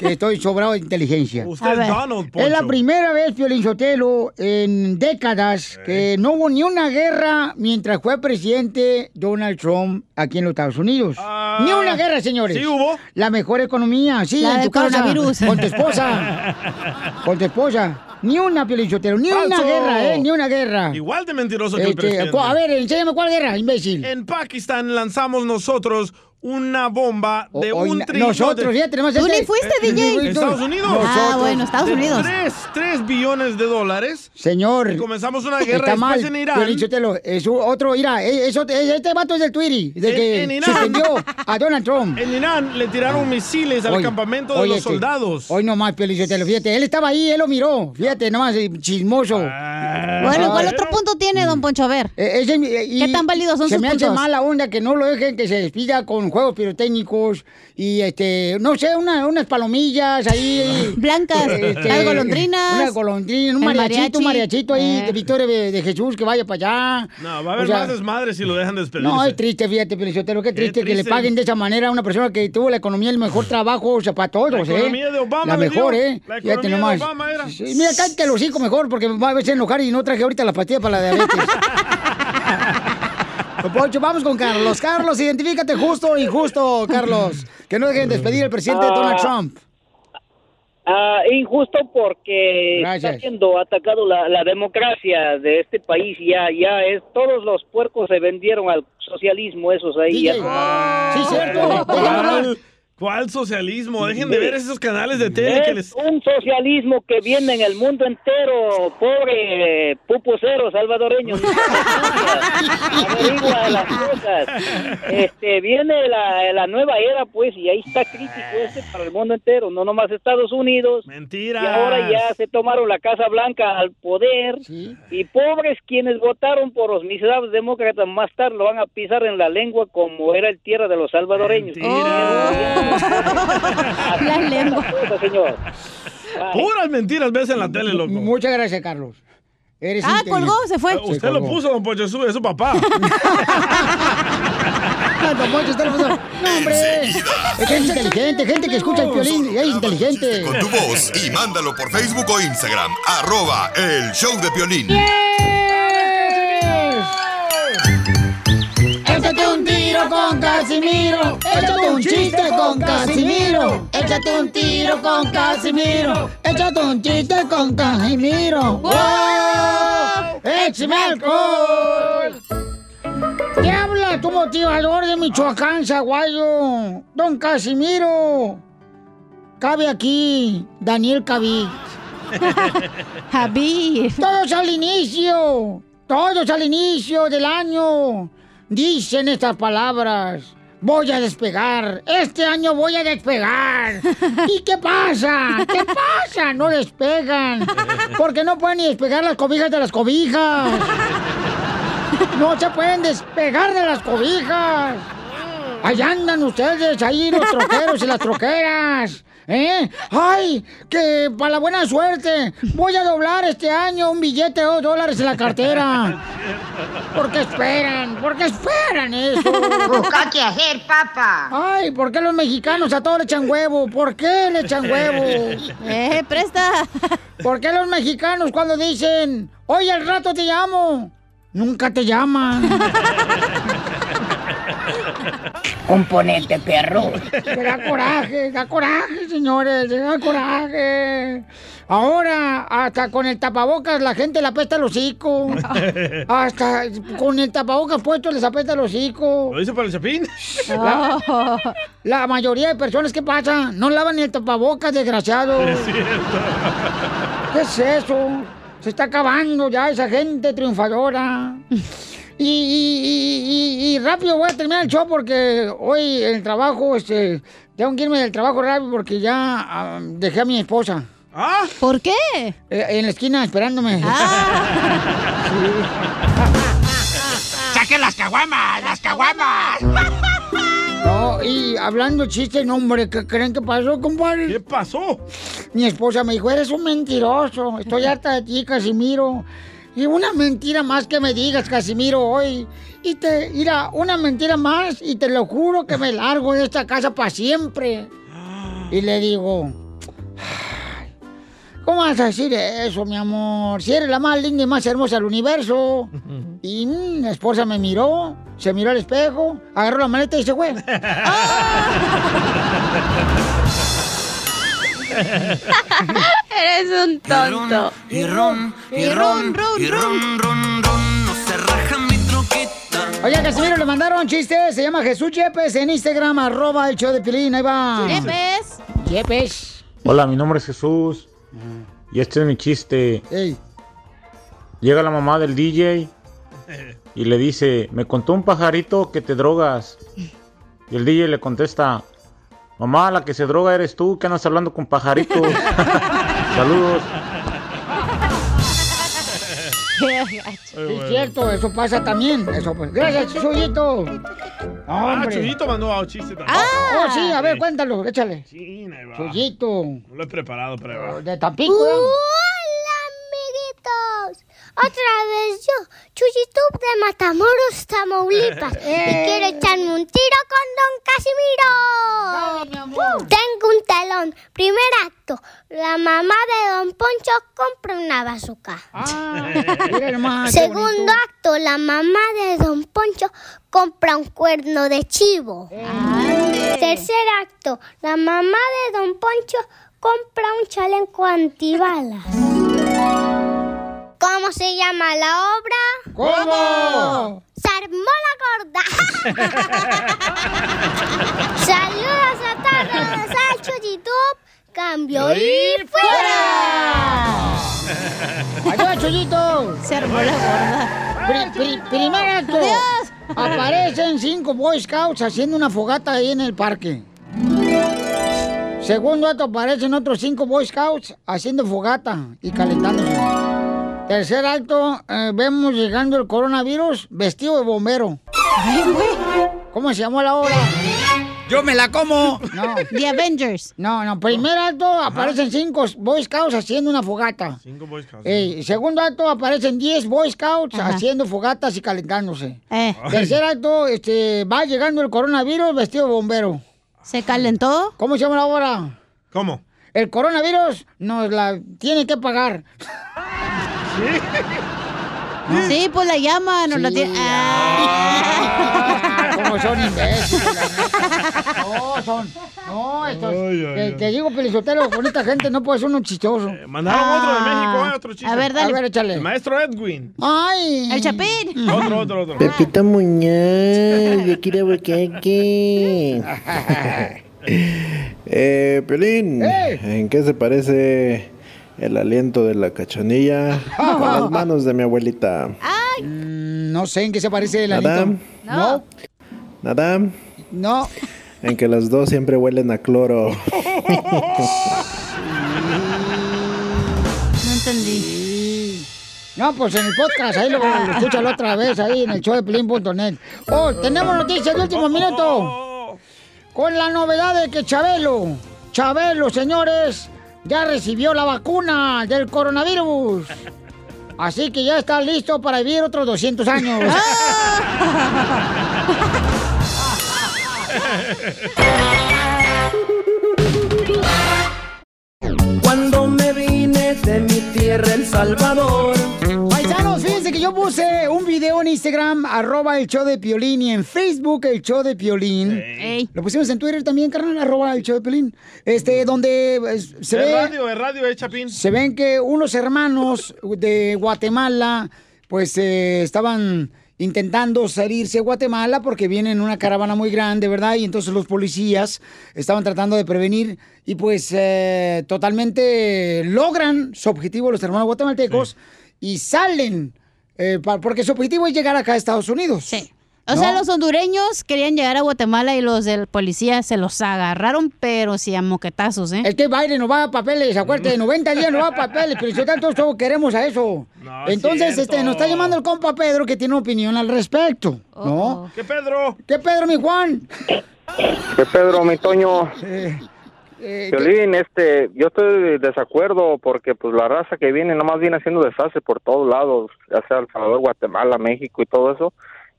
que estoy sobrado de inteligencia.
Usted es
A ver,
Donald, Poncho.
Es la primera vez, Piolín Sotelo, en décadas, que no hubo ni una guerra mientras fue presidente Donald Trump aquí en los Estados Unidos. ni
Ah,
una guerra, señores.
¿sí hubo?
La mejor economía, sí,
La
en
del
tu casa,
coronavirus.
Con tu esposa. Con tu esposa. Ni una, Piolichotero. Ni una
¡Falso!
guerra, ¿eh? Ni una guerra.
Igual de mentiroso que el
Este,
presidente.
cu- a ver, enséñame cuál guerra, imbécil.
En Pakistán lanzamos nosotros una bomba de
O- o
un
ina-
trillón.
nosotros,
de-
ya tenemos ¿Tú este- ni fuiste,
Eh,
DJ?
¿En Estados Unidos?
Ah, Nosotros. bueno, Estados Unidos.
3 billones de dólares.
Señor.
Y comenzamos una guerra
Está
después
mal,
en Irán.
Piolichotelo. Es u- otro, mira, e- eso, e- este vato es del Twitty, de
En-
que
en Irán.
suspendió a Donald Trump.
En Irán le tiraron misiles al
Ah. Oye,
campamento de
oye,
los
este,
soldados. Ah.
Hoy nomás, Piolichotelo, fíjate, él estaba ahí, él lo miró, fíjate, nomás, eh, chismoso.
Bueno, ¿cuál
eh.
otro punto tiene,
Mm.
don Poncho? A ver.
Eh,
¿Qué tan válidos son
se
sus
me hace
puntos?
mala onda que no lo dejen que se despida con juegos pirotécnicos y este no sé una- unas palomillas ahí Este,
blancas las golondrinas,
una golondrina un
el
mariachito un
mariachi.
mariachito ahí
Eh.
de Victoria de, de Jesús que vaya para allá
No, va a haber
O sea,
más desmadre si lo dejan despedirse.
no, es triste, fíjate, Pelichotero, qué triste que le
triste.
paguen de esa manera a una persona que tuvo la economía, el mejor trabajo, o sea, para todos,
La
¿eh?
economía de Obama
La
le
mejor,
dio.
¿eh?
La
Fíjate
economía
nomás.
de Obama era.
Sí, mira, cállate los hocico mejor, porque me va a veces enojar y no traje ahorita la pastilla para la diabetes. Don Poncho, vamos con Carlos. Carlos, identifícate justo y justo, Carlos. Que no dejen despedir al presidente Donald
Ah.
Trump.
Ah, injusto porque
Gracias.
está siendo atacado la, la democracia de este país ya ya es todos los puercos se vendieron al socialismo esos ahí
DJ.
ya.
Sí, cierto. Déjame hablar.
¿Cuál socialismo? Dejen de ver esos canales de tele que les...
Es un socialismo que viene en el mundo entero, pobre eh, pupusero salvadoreño. Averigua las cosas. Este, viene la, la nueva era, pues, y ahí está crítico
Ah.
ese para el mundo entero, no nomás Estados Unidos.
Mentira.
Y ahora ya se tomaron la Casa Blanca al poder. Y pobres quienes votaron por los miserables demócratas, más tarde lo van a pisar en la lengua como era el tierra de los salvadoreños.
Las lenguas. Puras mentiras ves en la tele, loco. Eh,
Muchas gracias, Carlos. Eres
Ah, colgó, se fue.
Usted lo puso, don Poncho, sube, es su papá.
Ah, Don Poncho, usted lo puso. No, hombre. Es gente inteligente, gente que escucha el violín y es inteligente.
Con tu voz y mándalo por Facebook o Instagram. Arroba el show de violín.
Échate un tiro con Casimiro. Échate un chiste con Casimiro. Échate un tiro con Casimiro. Échate un chiste con Casimiro. ¡Wow! ¡Échame alcohol! ¿Qué habla tu motivador de Michoacán, Zaguayo? Don Casimiro. Cabe aquí, Daniel Cabi. Javi. Todos al inicio, todos al inicio del año dicen estas palabras. Voy a despegar, este año voy a despegar. ¿Y qué pasa? ¿Qué pasa? No despegan. Porque no pueden ni despegar las cobijas de las cobijas. No se pueden despegar de las cobijas. Ahí andan ustedes, ahí los troqueros y las troqueras. ¿Eh? ¡Ay! Que para la buena suerte voy a doblar este año un billete de dos dólares en la cartera. ¿Por qué esperan? ¿Por qué esperan eso?
Busca
qué hacer, papa. Ay, ¿por qué los mexicanos a todos le echan huevo? ¿Por qué le echan huevo? Eh, presta. ¿Por qué los mexicanos cuando dicen, hoy al rato te llamo? Nunca te llaman.
Componente perro.
Me da coraje, da coraje, señores, me da coraje. Ahora, hasta con el tapabocas la gente le apesta el hocico. Hasta con el tapabocas puesto les apesta el hocico.
¿Lo hizo para el chapín?
Ah.
La,
Oh.
la mayoría de personas, ¿qué pasa? No lavan ni el tapabocas, desgraciado.
Es cierto.
¿Qué es eso? Se está acabando ya esa gente triunfadora. Y, y- y- y- y rápido voy a terminar el show porque hoy el trabajo, este, tengo que irme del trabajo rápido porque ya ah, dejé a mi esposa. ¿Ah? ¿Por qué? en la esquina esperándome. Ah.
¡Saque las caguamas! ¡Las caguamas!
No, y hablando chiste, no, hombre, ¿qué creen que pasó, compadre? ¿Qué pasó? Mi esposa me dijo, eres un mentiroso, estoy harta de ti, Casimiro. Y una mentira más que me digas, Casimiro, hoy. Y te, mira, una mentira más y te lo juro que me largo de esta casa para siempre. Y le digo, "Ay, ¿cómo vas a decir eso, mi amor? Si eres la más linda y más hermosa del universo. Y mm, la esposa me miró, se miró al espejo, agarró la maleta y se fue.
Eres un tonto.
Y ron, y ron, y ron, ron, ron, no se raja mi troquita.
Oye, Casimiro, le mandaron chistes. Se llama Jesús Yepes en Instagram, arroba el show de Pilín. Ahí va.
Yepes.
Yepes.
Hola, mi nombre es Jesús. Y este es mi chiste. Llega la mamá del DJ y le dice, me contó un pajarito que te drogas. Y el DJ le contesta, mamá, la que se droga eres tú, que andas hablando con pajaritos. Saludos.
Sí, es cierto, eso pasa también. Eso, pues. Gracias, Chuyito.
Ah,
Hombre.
Chuyito mandó a chiste también.
Ah.
Ah.
Oh, sí, a ver, cuéntalo, échale. Chuyito.
No lo he preparado, prueba.
De Tampico. ¿eh?
amiguitos! Otra vez yo, Chuyitub de Matamoros, Tamaulipas. Y quiero echarme un tiro con Don Casimiro. Tengo un telón. Primer acto. La mamá de Don Poncho compra una bazooka.
mira nomás, qué
Segundo acto. La mamá de Don Poncho compra un cuerno de chivo. Tercer acto. La mamá de Don Poncho compra un chaleco antibalas. ¿Cómo se llama la obra?
¿Cómo?
Se armó la gorda. Saludos a todos. cambio y fuera.
¡Ahí va, Chuyito!
Se armó la gorda.
Pri- pri- primer acto.
Adiós.
Aparecen cinco Boy Scouts haciendo una fogata ahí en el parque. Segundo acto, aparecen otros cinco Boy Scouts haciendo fogata y calentándose. Tercer acto, eh, vemos llegando el coronavirus vestido de bombero. ¿Cómo se llamó la obra?
Yo me la como.
No.
The Avengers.
No, no. Primer acto, aparecen cinco Boy Scouts haciendo una fogata.
Cinco Boy Scouts.
Eh, segundo acto aparecen 10 Boy Scouts
Ajá.
haciendo fogatas y calentándose.
Ay.
Tercer acto, este, va llegando el coronavirus vestido de bombero. ¿Se calentó? ¿Cómo se llama la hora?
¿Cómo?
El coronavirus nos la tiene que pagar.
Sí, pues la llama, nos la tiene.
Como son imbéciles. No, son. No, estos. te, te digo, Pelizotero, con esta gente no puede ser uno chistoso.
Eh, Mandaron otro de México, eh, otro chiste.
A ver, échale.
El maestro Edwin.
Ay.
El chapín.
Otro, otro, otro.
Pepita Muñoz, yo quiero aquí. eh, Piolín, ¿en qué se parece el aliento de la cachonilla con las manos de mi abuelita?
Mm, No sé en qué se parece el alito.
Adam.
No.
Nada,
No.
en que las dos siempre huelen a cloro.
Ah,
No entendí. No, pues en el podcast, ahí lo, lo escúchalo otra vez, ahí en el show de Pelín.net. Oh, tenemos noticias de último minuto. Con la novedad de que Chabelo, Chabelo, señores, ya recibió la vacuna del coronavirus. Así que ya está listo para vivir otros 200 años.
Cuando me vine de mi tierra, El Salvador.
Paisanos, fíjense que yo puse un video en Instagram, arroba el show de Piolín, y en Facebook el show de Piolín. Lo pusimos en Twitter también, carnal, arroba el show de Piolín. Este, donde eh, se
es
ve...
radio, es radio, es Chapín.
Se ven que unos hermanos de Guatemala, pues eh, estaban intentando salirse de Guatemala porque vienen en una caravana muy grande, ¿verdad? Y entonces los policías estaban tratando de prevenir y pues eh, totalmente logran su objetivo los hermanos guatemaltecos y salen, eh, pa- porque su objetivo es llegar acá a Estados Unidos. Sí.
O sea, los hondureños querían llegar a Guatemala y los del policía se los agarraron, pero sí a moquetazos, ¿eh?
Es que Biden no va a papeles, acuérdate, de 90 días no va a papeles, pero pues, yo tanto todos queremos a eso.
No,
Entonces,
cierto.
este, nos está llamando el compa Pedro que tiene una opinión al respecto, ¿no?
¿Qué Pedro?
¿Qué Pedro, mi Juan?
Que Pedro, mi Toño,
Eh, eh,
Piolín, este, yo estoy de desacuerdo porque pues la raza que viene nomás viene haciendo desastre por todos lados, ya sea El Salvador, Guatemala, México y todo eso,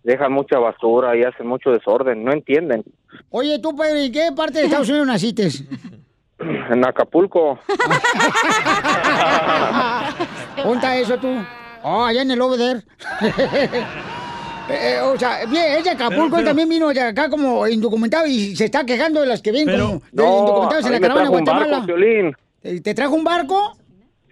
dejan mucha basura y hacen mucho desorden, no entienden.
Oye, tú, Pedro, ¿en qué parte de Estados Unidos naciste?
En Acapulco,
Punta eso tú. Oh, allá en el Obeder. Eh, eh, o sea, bien, es de Acapulco,
Pero-
él también vino de acá como indocumentado y se está quejando de las que vienen como de
no,
indocumentados
a
en la
mí me
caravana de
trajo un
Guatemala.
barco, Piolín.
Eh, ¿Te trajo un barco?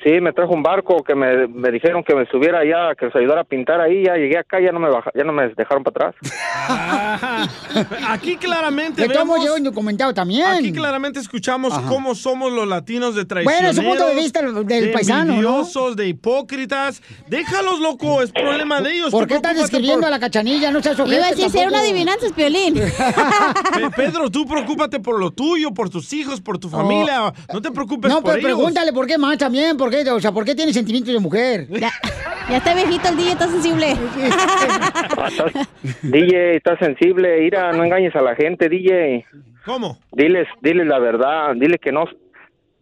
Sí, me trajo un barco que me, me dijeron que me subiera allá, que les ayudara a pintar ahí, ya llegué acá, ya no me baja, ya no me dejaron para atrás.
Aquí claramente
De todos modos
vemos,
llegó indocumentado también.
aquí claramente escuchamos
Ajá.
cómo somos los latinos de
Bueno,
traicioneros.
es un punto de vista del
de
paisano, ¿no?
envidiosos, de hipócritas. Déjalos, loco, es problema de ellos.
¿Por
Tú
qué estás
preocúpate
describiendo
por-
a la cachanilla? No seas ojete
Iba a decir, si era una
tampoco.
adivinanza, es Piolín.
Pe- Pedro, tú preocúpate por lo tuyo, por tus hijos, por tu familia. No te preocupes
Oh. No,
por
pero
ellos.
pregúntale por qué más también, por qué, o sea, por qué tiene sentimientos de mujer.
Ya, está viejito el día, está sensible.
DJ, estás sensible, ira, no engañes a la gente, DJ.
¿Cómo?
Diles, diles la verdad, dile que no.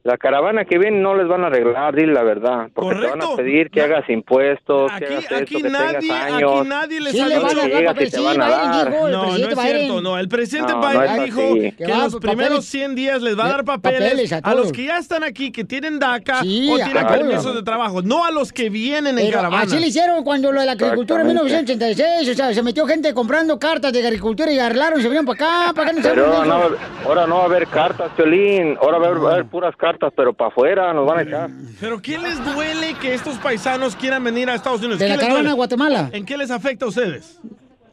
La caravana que viene no les van a arreglar, dile la verdad, porque te van a pedir que hagas impuestos, que hagas esto, que tengas años.
Aquí nadie les
Sí
ha
le van a
dicho.
dar Diga papel, que te sí, van a Biden dar. dijo, el
no, no es
presidente Biden.
cierto. No, el presidente
Este
No, no
Biden
es
dijo
así.
que
Que va,
los
papeles.
primeros 100 días les va a dar papeles,
papeles
a,
a
los
todos.
que ya están aquí, que tienen DACA
Sí,
o
a
tienen
todos.
permisos de trabajo, no a los que vienen en
ah, Pero
caravana.
así le hicieron cuando lo de la agricultura en
Exactamente.
1986, o sea, se metió gente comprando cartas de agricultura y agarraron y se vinieron para acá, para acá no
Pero ahora
saben
no, ahora no va a haber cartas, Piolín, ahora va a haber, va a haber puras cartas, pero para afuera nos van a echar.
Pero ¿qué les duele que estos paisanos quieran venir a Estados Unidos?
De
¿Qué
la
les
caravana
duele?
de Guatemala.
¿En qué les afecta a ustedes?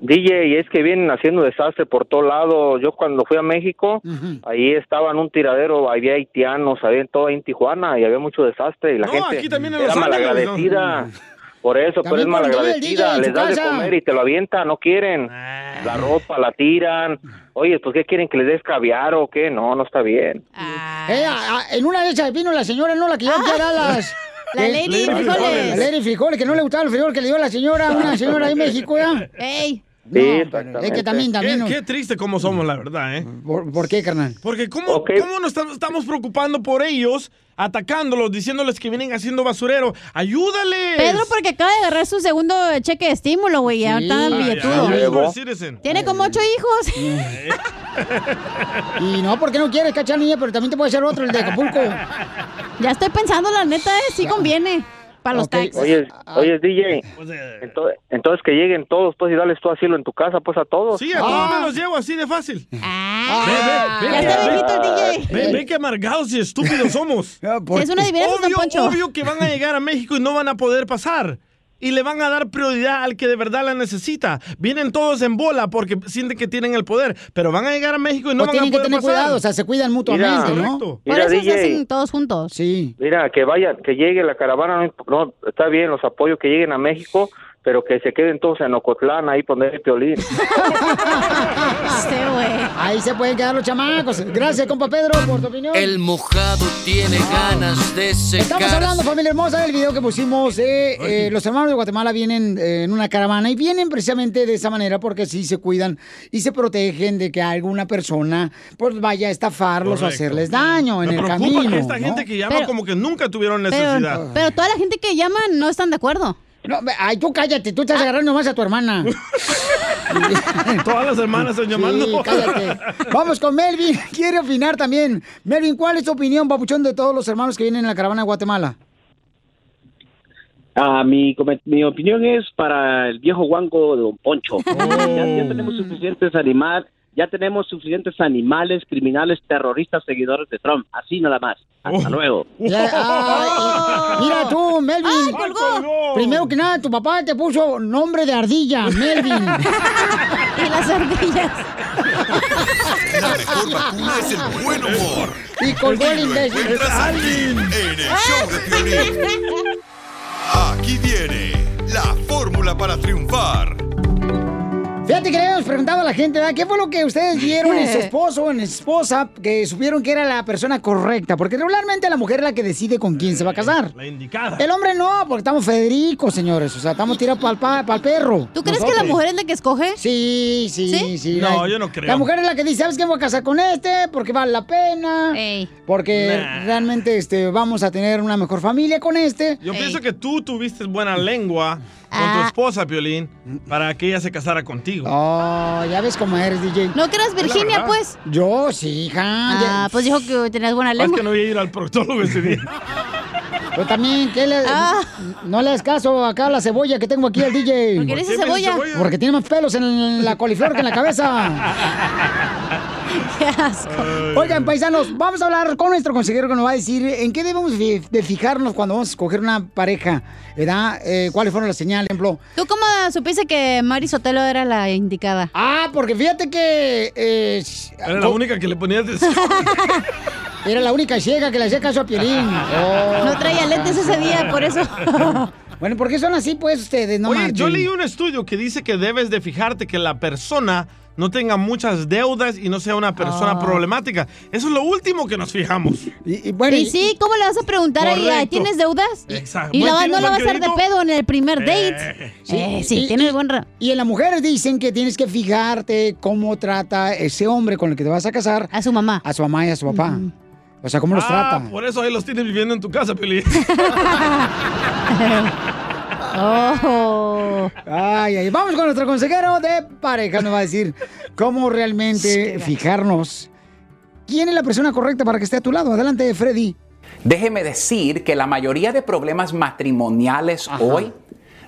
DJ, es que vienen haciendo desastre por todo lado. Yo cuando fui a México, ahí estaba en un tiradero, había haitianos, había en toda en Tijuana y había mucho desastre y la gente
aquí también en
era
Los Ángeles,
malagradecida. Por eso, pero es
También cuando llega el DJ
malagradecida,
en
les
su
das de
casa. Ah.
comer y te lo avienta, no quieren. La ropa la tiran. Oye, pues qué quieren que les des caviar o qué? No, no está bien.
Eh, a- a- en una de esas vino la señora, no la que yo quiera las.
Ah. la
eh,
Lady Lady Frijoles. Frijoles.
La Lady Frijoles, que no le gustaba el frijol que le dio la señora, una señora ahí en México, ¿ya?
Ah. ¡Ey!
Sí,
es que también, también.
Qué, qué triste como somos, la verdad, ¿eh?
¿Por, qué, carnal?
Porque ¿cómo, cómo nos estamos- estamos preocupando por ellos, atacándolos, diciéndoles que vienen haciendo basurero? ¡Ayúdales!
Pedro, porque acaba de agarrar su segundo cheque de estímulo, güey. Ya está
Ah, ya,
billetudo.
ya, senior citizen.
Tiene como ocho hijos.
Y no, porque no quieres, cachar niña, pero también te puede hacer otro, el de Acapulco.
Ya estoy pensando, la neta, eh, sí conviene. Para los taxis.
Oye,
Ah.
oye DJ,
Pues, eh.
ento- entonces que lleguen todos, pues y dales tu asilo en tu casa, pues a todos.
Sí, a
ah.
todos me los llevo así de fácil.
Ah,
ve, ve, ve,
ya está
ve,
viejito el
ve,
DJ.
Ve, ve qué amargados y estúpidos somos.
¿por Es una qué? adivinanza, don
obvio,
Poncho.
obvio que van a llegar a México y no van a poder pasar. Y le van a dar prioridad al que de verdad la necesita. Vienen todos en bola porque sienten que tienen el poder, pero van a llegar a México y no van
Pues
a
tienen que
poder
tener
pasar.
cuidado, o sea, se cuidan mutuamente,
Mira,
¿no?
Por mira, eso se DJ. hacen
todos juntos.
Sí.
Mira, que vaya, que llegue la caravana, no imp- no, está bien, los apoyos que lleguen a México, pero que se queden todos en Ocotlán, ahí poner el piolín.
Ahí se pueden quedar los chamacos. Gracias, compa Pedro, por tu opinión.
El mojado tiene ganas de secar.
Estamos hablando, familia hermosa, del video que pusimos. de, eh, los hermanos de Guatemala vienen eh, en una caravana y vienen precisamente de esa manera porque así se cuidan y se protegen de que alguna persona pues vaya a estafarlos o
Correcto.
hacerles daño en
Me
el
preocupa
camino.
que esta
¿no?
gente que llama
Pero-
como que nunca tuvieron necesidad.
Pero, pero toda la gente que llama no están de acuerdo. Ah.
No, ay, tú cállate, tú estás agarrando más a tu hermana.
Todas las hermanas están llamando.
Sí, cállate. Vamos con Melvin, quiere opinar también. Melvin, ¿cuál es tu opinión, papuchón, de todos los hermanos que vienen en la caravana de Guatemala?
Ah, mi, come- mi opinión es para el viejo guango de Don Poncho. Ya, ya tenemos suficientes animales, ya tenemos suficientes animales, criminales, terroristas, seguidores de Trump. Así nada más. Hasta luego.
Ya, ay, mira tú, Melvin. Primero que nada, tu papá te puso nombre de ardilla, Melvin. y las ardillas.
La mejor vacuna es el buen humor.
Y colgó el
Y lo
imbécil.
encuentras aquí, en el show de Piolín. Aquí viene la fórmula para triunfar.
Fíjate que le habíamos preguntado a la gente, ¿verdad? ¿qué fue lo que ustedes vieron en su esposo o en su esposa que supieron que era la persona correcta? Porque regularmente la mujer es la que decide con quién se va a casar.
Eh, La indicada.
El hombre no, porque estamos Federico, señores. O sea, estamos tirados para el perro.
¿Tú crees que la mujer es la que escoge?
Sí, sí, sí.
No,
la-
yo no creo.
La mujer es la que dice, ¿sabes qué? Me voy a casar con este porque vale la pena. Porque
Nah.
realmente este, vamos a tener una mejor familia con este.
Yo pienso que tú tuviste buena lengua con tu esposa, Piolín, para que ella se casara contigo.
Ah. Oh, ya ves cómo eres, DJ.
¿No que eras Virginia, pues?
Yo sí, hija.
Ah, pues dijo que tenías buena
Es
lengua.
que no voy a ir al proctólogo ese día.
Pero también, ¿qué le- no le hagas caso acá a la cebolla que tengo aquí al DJ.
¿Por qué le dices ¿Por qué me dices cebolla? cebolla?
Porque tiene más pelos en la coliflor que en la cabeza.
Qué asco.
Oigan, paisanos, vamos a hablar con nuestro consejero que nos va a decir en qué debemos fi- de fijarnos cuando vamos a escoger una pareja, ¿verdad? Eh, ¿Cuáles fueron las señales, por ejemplo?
¿Tú cómo supiste que Mari Sotelo era la indicada?
Ah, porque fíjate que... eh,
Era la única que le ponías atención.
Era la única ciega que le hacía caso a Piolín. Oh,
No traía lentes ese día, por eso.
bueno, ¿por qué son así, pues, ustedes? No
Oye, yo
marchen.
leí un estudio que dice que debes de fijarte que la persona no tenga muchas deudas y no sea una persona
Ah.
problemática. Eso es lo último que nos fijamos.
Y,
y, sí, ¿cómo le vas a preguntar ahí? "Ay,
Correcto.
¿Tienes deudas?
Exacto.
Y la,
Bueno,
va- no
¿tienes
la va a
buen
hacer de
crédito?
pedo en el primer
Eh.
date. Eh, sí,
y-
tienes
y- Y en las mujeres dicen que tienes que fijarte cómo trata ese hombre con el que te vas a casar.
A su mamá.
A su mamá y a su papá. O sea, cómo los
Ah,
trata.
por eso ahí los tienes viviendo en tu casa, Piolín.
Oh. Ay, ay, vamos con nuestro consejero de pareja. Nos va a decir cómo realmente fijarnos. ¿Quién es la persona correcta para que esté a tu lado? Adelante, Freddy.
Déjeme decir que la mayoría de problemas matrimoniales hoy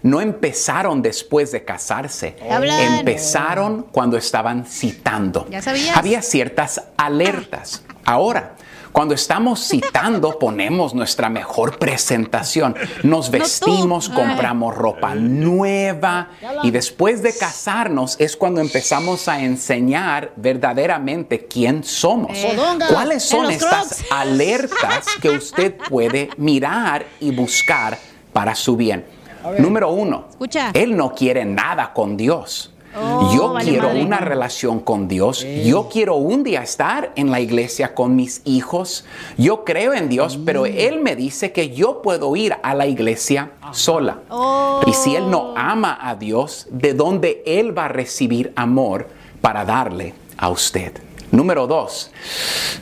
no empezaron después de casarse,
Oh.
hablan?
empezaron cuando estaban citando.
Ya sabías.
Había ciertas alertas. Ahora, Cuando estamos citando, ponemos nuestra mejor presentación. Nos vestimos,
Ay.
compramos ropa nueva y después de casarnos es cuando empezamos a enseñar verdaderamente quién somos.
Eh. Bodonga.
¿Cuáles
En
son
los
estas
Crocs.
alertas que usted puede mirar y buscar para su bien? Número uno,
Escucha.
él no quiere nada con Dios.
Oh,
Yo
vale
quiero
madre.
una relación con Dios. Yo quiero un día estar en la iglesia con mis hijos. Yo creo en Dios,
Mm.
pero Él me dice que yo puedo ir a la iglesia sola. Y si Él no ama a Dios, ¿de dónde Él va a recibir amor para darle a usted? Número dos,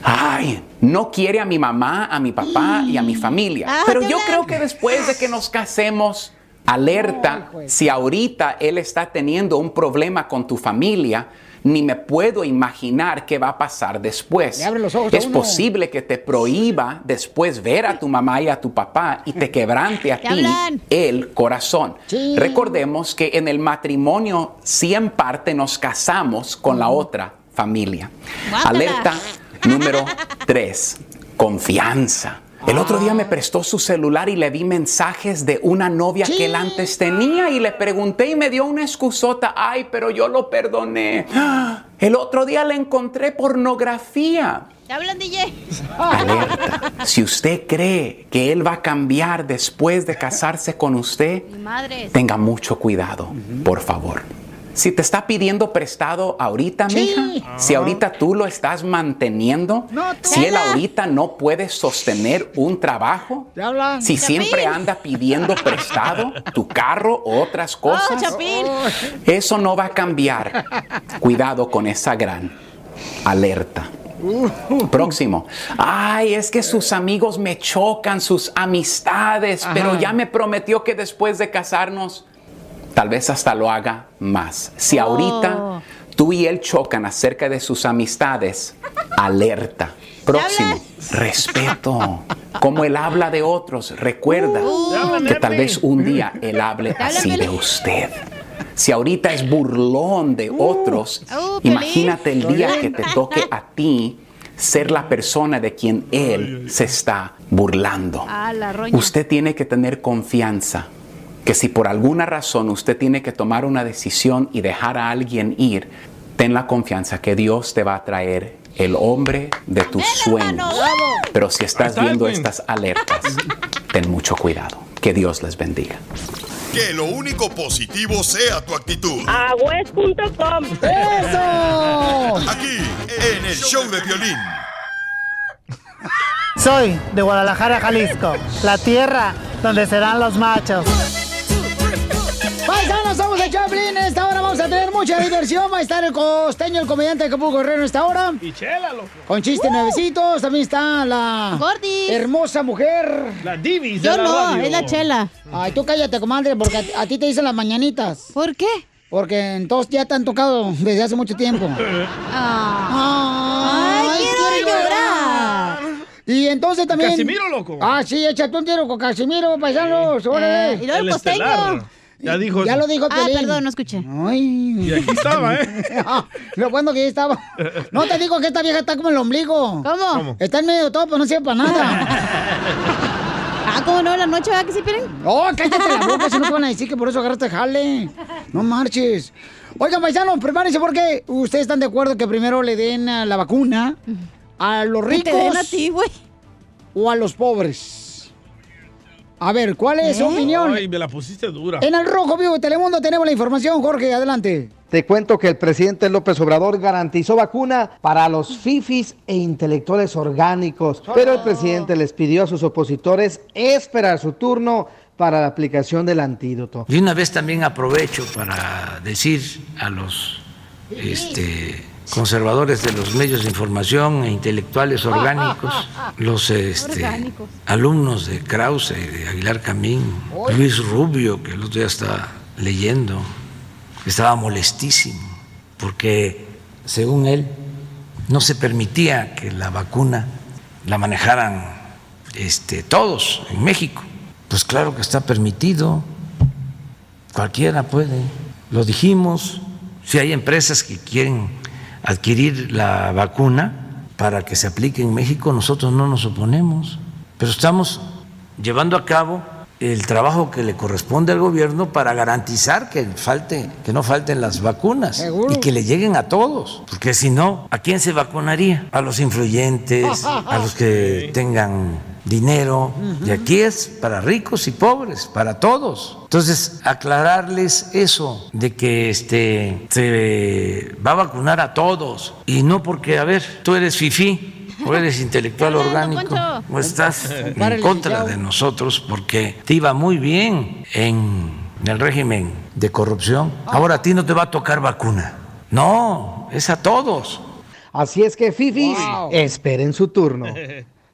ay, no quiere a mi mamá, a mi papá y a mi familia.
Ah,
Pero
qué
yo
mal.
creo que después de que nos casemos, alerta,
pues.
si ahorita él está teniendo un problema con tu familia, ni me puedo imaginar qué va a pasar después.
Le abre los ojos a
es
uno.
posible que te prohíba después ver a tu mamá y a tu papá y te quebrante a
Te
ti
hablan.
el corazón. Recordemos que en el matrimonio, si en parte nos casamos con la otra familia. Alerta número 3. Confianza. El otro día me prestó su celular y le vi mensajes de una novia que él antes tenía y le pregunté y me dio una excusota. Ay, pero yo lo perdoné. ¡Ah! El otro día le encontré pornografía.
¿Te hablan, DJ?
Alerta. Si usted cree que él va a cambiar después de casarse con usted,
Madres.
tenga mucho cuidado, por favor. Si te está pidiendo prestado ahorita, mija, si ahorita tú lo estás manteniendo, si él ahorita no puede sostener un trabajo,
¿Te hablan?
si siempre anda pidiendo prestado tu carro o otras
Oh,
cosas, eso no va a cambiar. Cuidado con esa gran alerta. Próximo. Ay, es que sus amigos me chocan, sus amistades, pero
Ajá.
ya me prometió que después de casarnos, tal vez hasta lo haga más. Si ahorita tú y él chocan acerca de sus amistades, alerta. Próximo. Respeto. Como él habla de otros, recuerda que tal vez un día él hable así de usted. Si ahorita es burlón de otros, imagínate el día que te toque a ti ser la persona de quien él se está burlando.
Ah, la roña.
Usted tiene que tener confianza que si por alguna razón usted tiene que tomar una decisión y dejar a alguien ir, ten la confianza que Dios te va a traer el hombre de tus sueños. Pero si estás
está,
viendo
Edwin.
estas alertas, ten mucho cuidado. Que Dios les bendiga.
Que lo único positivo sea tu actitud.
Agüez.com. ¡Eso!
Aquí, en el show de violín.
Soy de Guadalajara, Jalisco, la tierra donde serán los machos.
Paisanos, somos el Chaplin. Esta hora vamos a tener mucha diversión. Va a estar el costeño, el comediante de Acapulco Guerrero en esta hora.
Y chela, loco.
Con chistes nuevecitos. También está la hermosa mujer.
La divis. de
Yo
la
no,
radio.
es la chela. Ay, tú cállate, comadre, porque a, a ti te dicen las mañanitas. ¿Por qué? Porque entonces ya te han tocado desde hace mucho tiempo. Ah.
Ay, quiero llorar.
Y entonces también.
Casimiro, loco.
Ah, sí, échate un tiro con Casimiro, paisanos. Órale.
Eh, y luego el El costeño. estelar. Ya dijo
Ya
eso.
lo dijo
Ah,
perdón, no escuché. Ay.
Y aquí estaba, ¿eh?
lo bueno que ahí estaba. No te digo que esta vieja está como el ombligo. ¿Cómo? Está en medio de todo, pues no sirve para nada. ah, ¿cómo no? La noche, ¿verdad que sí, Piolín? Oh, cállate la boca, si no te van a decir que por eso agarraste jale. No marches. Oigan, paisanos, prepárense porque ustedes están de acuerdo que primero le den ah, la vacuna a los
Que
ricos.
te den a ti,
güey. O a los pobres. A ver, ¿cuál es su opinión?
Ay, me la pusiste dura.
En el Rojo Vivo de Telemundo tenemos la información, Jorge, adelante.
Te cuento que el presidente López Obrador garantizó vacuna para los fifis e intelectuales orgánicos, pero el presidente les pidió a sus opositores esperar su turno para la aplicación del antídoto.
Y una vez también aprovecho para decir a los este, conservadores de los medios de información e intelectuales orgánicos, los este,
Orgánicos.
alumnos de Krause y de Aguilar Camín, Luis Rubio, que el otro día estaba leyendo, que estaba molestísimo, porque según él no se permitía que la vacuna la manejaran este, todos en México. Pues claro que está permitido, cualquiera puede, lo dijimos, si hay empresas que quieren adquirir la vacuna, para que se aplique en México, nosotros no nos oponemos, pero estamos llevando a cabo el trabajo que le corresponde al gobierno para garantizar que falte, que no falten las vacunas
Seguro.
y que le lleguen a todos, porque si no, ¿a quién se vacunaría? A los influyentes, a los que tengan dinero, y aquí es para ricos y pobres, para todos. Entonces, aclararles eso de que este se va a vacunar a todos y no porque a ver, tú eres fifí o eres intelectual orgánico,
Poncho.
o estás en
Párale,
contra
chao.
de nosotros porque te iba muy bien en el régimen de corrupción. Ahora a ti no te va a tocar vacuna. No, es a todos.
Así es que, Fifis, esperen su turno.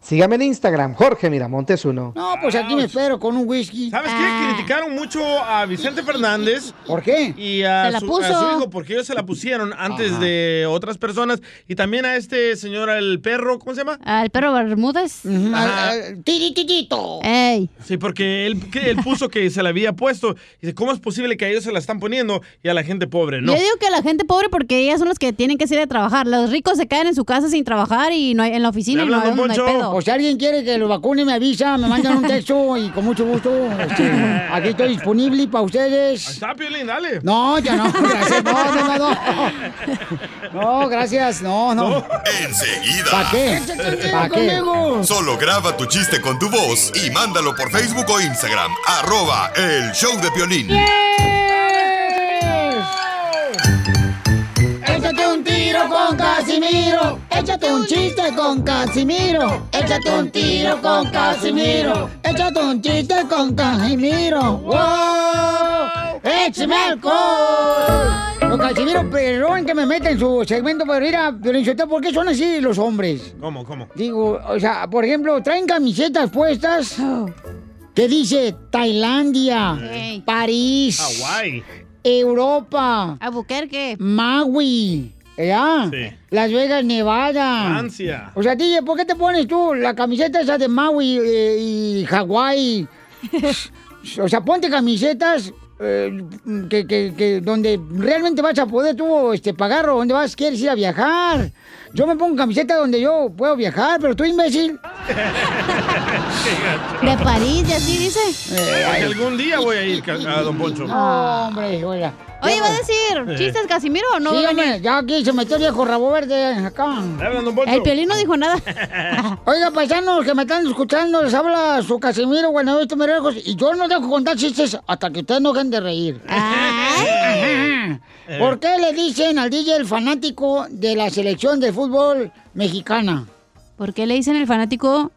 Sígame en Instagram, Jorge Miramontes uno.
No, pues aquí me espero con un whisky.
¿Sabes qué? Criticaron mucho a Vicente Fernández.
Ah. ¿Por qué?
Y a,
Se la
su,
puso.
a su hijo, porque ellos se la pusieron antes
Ajá.
de otras personas. Y también a este señor, el perro, ¿cómo se llama?
Al perro Bermúdez.
Ajá. al-
Tirititito.
Ey.
Sí, porque él, que él puso que se la había puesto. Dice, ¿cómo es posible que a ellos se la están poniendo y a la gente pobre? No.
Yo digo que la gente pobre porque ellas son las que tienen que salir a trabajar. Los ricos se quedan en su casa sin trabajar y no hay, en la oficina y no hay, no hay pedo.
O si alguien quiere que lo vacune, me avisa, me mandan un texto y con mucho gusto. este, aquí estoy disponible para ustedes.
Está, Piolín, dale.
No, ya no, gracias. No, no, no, no. No, gracias. No, no.
Enseguida.
¿Para qué? ¿Para qué?
Solo graba tu chiste con tu voz y mándalo por Facebook o Instagram. Arroba el show de Piolín.
¡Eh! Échate un tiro con Casimiro. Échate un chiste con Casimiro. Échate un tiro con Casimiro. Échate un chiste con Casimiro. ¡Wow! ¡Échame alcohol! Don Casimiro, perdón que me meta en su segmento, pero mira, Piolín Sotelo, ¿por qué son así los hombres?
¿Cómo, cómo?
Digo, o sea, por ejemplo, traen camisetas puestas que dice Tailandia,
Ey.
París,
Hawái.
Europa,
Albuquerque,
Maui, ¿ya?
Sí.
Las Vegas, Nevada.
Francia.
O sea, DJ, ¿por qué te pones tú la camiseta esa de Maui eh, y Hawái? o sea, ponte camisetas eh, que, que- que donde realmente vas a poder tú este, pagar o donde vas, quieres ir a viajar. Yo me pongo camiseta donde yo puedo viajar, pero tú, imbécil.
de París, y así dice. Ah.
Porque algún día voy a ir ca- a Don Poncho.
No, Eh, hombre, hola.
Oye, ¿va a decir chistes, Casimiro, o no?
Sí,
va a venir?
hombre, ya aquí se metió el viejo rabo verde acá.
El Piolín no dijo nada.
Oiga, paisanos que me están escuchando, les habla su Casimiro Guanajuato Merejos y yo no dejo contar chistes hasta que ustedes no dejen de reír. Ajá. ¿Por qué le dicen al DJ el fanático de la selección de fútbol mexicana?
¿Por qué le dicen el fanático?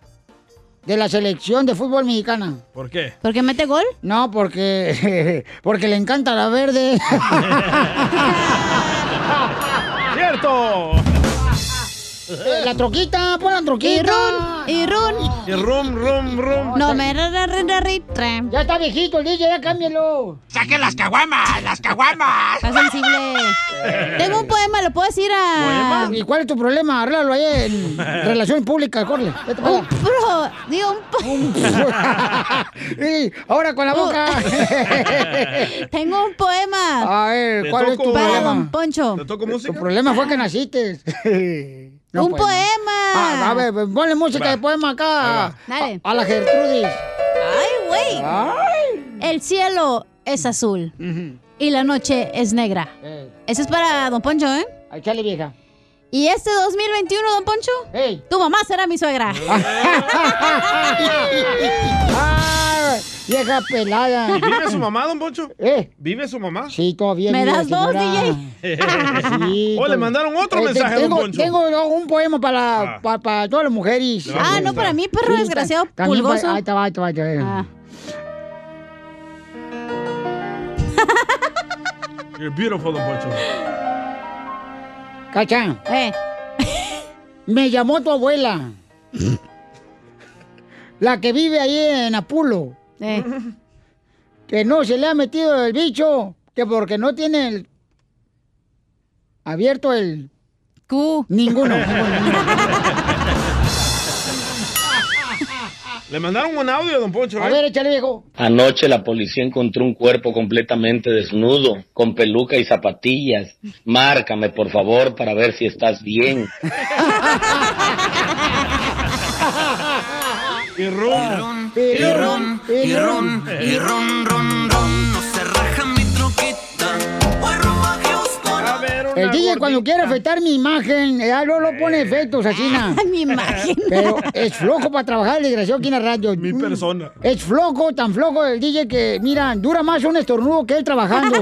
De la selección de fútbol mexicana.
¿Por qué?
¿Porque mete gol? No, porque, porque le encanta la verde.
¡Cierto!
Eh, la troquita, pon la troquita.
Y run,
Y rum, rum, rum.
No, me ra, ra, ra, ra, ri, tra.
Ya está viejito el DJ, ya cámbialo.
¡Saquen las caguamas! ¡Las caguamas! Está sensible. Tengo un poema, ¿lo puedo decir a...?
¿Y cuál es tu problema? Arréglalo ahí en relaciones públicas, corre. Vete para allá.
Pro, digo, un po- Uh.
Sí, ahora con la boca.
Tengo un poema.
A ver,
Te
¿cuál es
toco-
tu
Para
problema?
Don Poncho.
¿Te toco música?
Tu problema fue que naciste. No,
un
pues, no.
poema.
Ah, a ver, ponle música
Va.
de poema acá.
Ahí va. Dale.
A, a la Gertrudis.
Ay, güey. El cielo es azul y la noche es negra. Ese es para Don Poncho, ¿eh?
Échale, vieja.
¿Y este 2021, Don Poncho? Tu mamá será mi suegra.
Ay, vieja pelada.
¿Vive su mamá, don Poncho?
¿Eh?
¿Vive su mamá?
Sí, todavía
¿Me
vive,
das dos,
señora.
DJ?
Sí,
o le
con-
mandaron otro
Eh, te-
mensaje a don
tengo,
Poncho.
Tengo no, un poema para,
Ah.
pa- para todas las mujeres.
Le vamos a Ah, no,
para mí, perro
Sí,
desgraciado,
ta- también pa-
pulgoso. Ah.
Ahí te va, ahí te va, ahí te va.
You're beautiful, don Poncho.
Cacha.
Eh.
Me llamó tu abuela. la que vive ahí en Apulo.
Eh.
Que no se le ha metido el bicho. Que porque no tiene el... Abierto el... Q. Ninguno. ninguno, ninguno.
Le mandaron un audio, don Poncho.
A
¿eh?
ver, échale, viejo.
Anoche la policía encontró un cuerpo completamente desnudo, con peluca y zapatillas. Márcame, por favor, para ver si estás bien.
Y ron, y ron, y ron, y ron, ron, ron. No se raja mi troquita. Voy robajeos por
El DJ cuando quiere afectar mi imagen, eh, ah, luego lo pone efectos, asina. mi imagen. Pero es flojo para trabajar el desgraciado aquí en la radio. Mi persona. Es flojo, tan flojo el DJ que, mira, dura más un estornudo que él trabajando.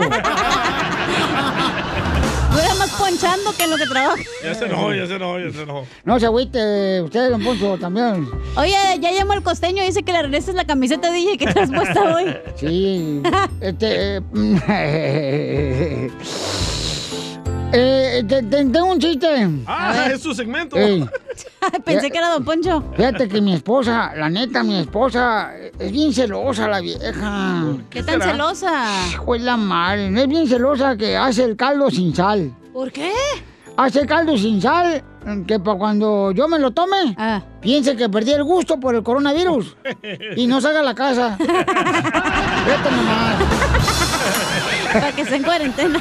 Dura más ponchando que en lo que trabaja.
Ya se enojó, ya se enojó, ya se enojó.
No se agüite, usted, don Poncho, también.
Oye, ya llamó el costeño y dice que le regreses la camiseta de DJ que te has puesto hoy.
Sí. Este. eh, eh, te- te- tengo un chiste.
Ah, es su segmento.
Ey.
Pensé que era Don Poncho.
Fíjate que mi esposa, la neta, mi esposa es bien celosa la vieja.
¿Qué tan celosa?
Hijo de la madre, no es bien celosa que hace el caldo sin sal.
¿Por qué?
Hace caldo sin sal que para cuando yo me lo tome,
Ah.
piense que perdí el gusto por el coronavirus y no salga a la casa. Vete nomás.
Para que esté en cuarentena.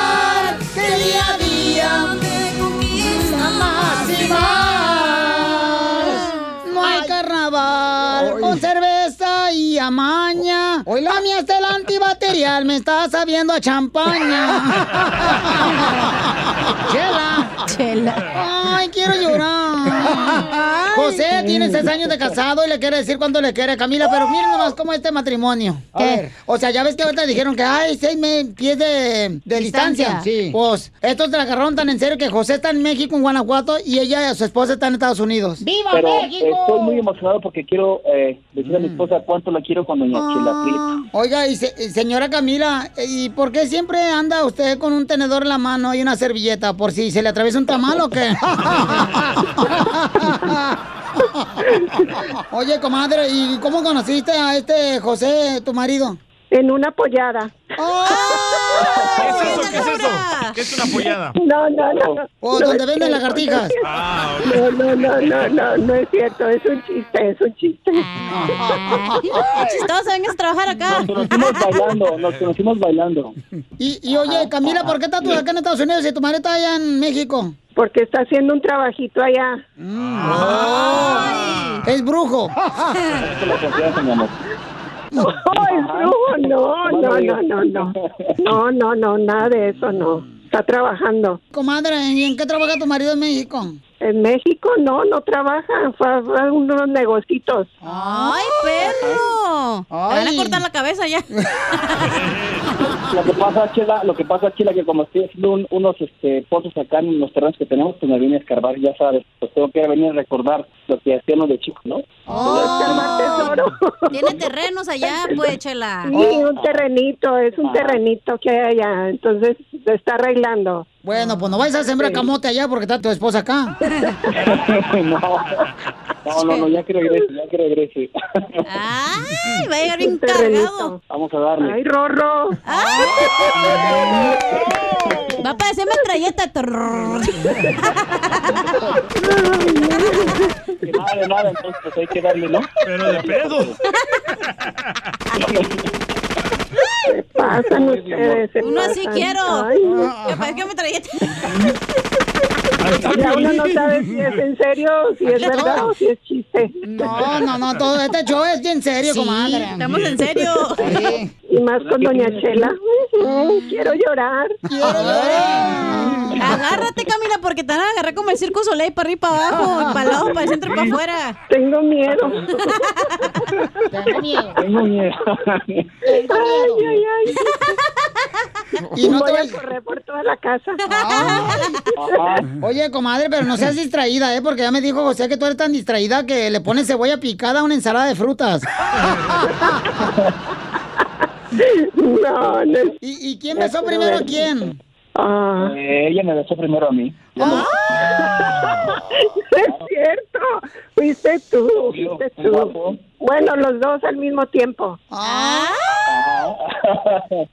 que día a día me conquista más y más.
No hay carnaval con cerveza y amaña. A mí hasta el antibacterial me está sabiendo a champaña. Chela. Chela. Ay, quiero llorar. José tiene seis años de casado y le quiere decir cuánto le quiere a Camila, pero miren nomás cómo es este matrimonio.
¡Oh! A
¿Qué?
ver.
O sea, ya ves que ahorita dijeron que hay seis me- pies de, de distancia.
Distancia.
Sí. Pues estos te la agarraron tan en serio que José está en México, en Guanajuato, y ella, su esposa, está en Estados Unidos. ¡Viva
Pero eh, estoy muy emocionado porque quiero eh, decir a mi esposa cuánto la quiero con doña Chela Prieto.
Oiga, y se- y señora Camila, ¿y por qué siempre anda usted con un tenedor en la mano y una servilleta? ¿Por si se le atraviesa un tamal o qué? Oye, comadre, ¿y cómo conociste a este José, tu marido? En una pollada.
¿Qué es eso? ¿Qué es eso? ¿Qué es una pollada?
No, no, no.
Oh,
No
¿donde
es
venden
cierto,
lagartijas?
no es cierto.
Ah,
No, no, no, no, no, no es cierto. Es un chiste, es un chiste.
Ah.
Chistoso, vengas a trabajar acá.
Nos conocimos bailando, nos conocimos bailando.
Y, y oye, Camila, ¿por qué estás tú acá en Estados Unidos y tu marido está allá en México?
Porque está haciendo un trabajito allá. Ah.
Es brujo.
La confianza, mi amor.
No, el brujo, no, no, no, no, no. No, no, no, nada de eso, no. Está trabajando.
Comadre, ¿y en qué trabaja tu marido en México?
En México no, no trabaja, fue a- fue a unos negocitos.
Ah.
¡Ay, perro! Te van a
Ay.
cortar la cabeza ya.
Lo que pasa, Chela, lo que pasa, Chela, que como estoy haciendo un- unos este, pozos acá en los terrenos que tenemos, pues me vine a escarbar, ya sabes, pues tengo que venir a recordar lo que hacíamos de chicos, ¿no?
Tiene terrenos allá, pues, chela.
Sí, un terrenito, es un terrenito que hay allá, entonces se está arreglando.
Bueno, pues no vais a sembrar camote allá porque está tu esposa acá.
No, no, no, ya que regrese, ya que regrese.
Ay, va a llegar bien cargado.
Vamos a darle.
Ay, Rorro.
Va a parecer metralleta. Trrr.
Nada, nada, entonces pues hay que darle, ¿no? Pero de pedo.
Pasan ustedes. se
Uno así
pasan.
quiero.
Ay,
Que parezca metralleta.
ya uno no sabe si es en serio, si es verdad o si es chiste.
No, no, no, todo este show es bien serio,
Sí,
comadre.
estamos en serio.
Sí.
Y más con Doña Chela. Ay, Quiero llorar.
Agárrate, Camila, porque te van a agarrar como el circo Soleil para arriba y para abajo, para el lado, para el centro y para afuera.
Tengo miedo.
Tengo miedo.
Tengo miedo.
Ay, ay, ay.
Y no te
voy
vayas-
a correr por toda la casa.
Ah, Oye, comadre, pero no seas distraída, ¿eh? Porque ya me dijo José que tú eres tan distraída que le pones cebolla picada a una ensalada de frutas.
No, no.
¿Y, y quién besó primero a quién?
Ah.
Eh, ella me besó primero a mí.
es cierto. Fuiste tú, fuiste tú. Bueno, los dos al mismo tiempo.
Ah.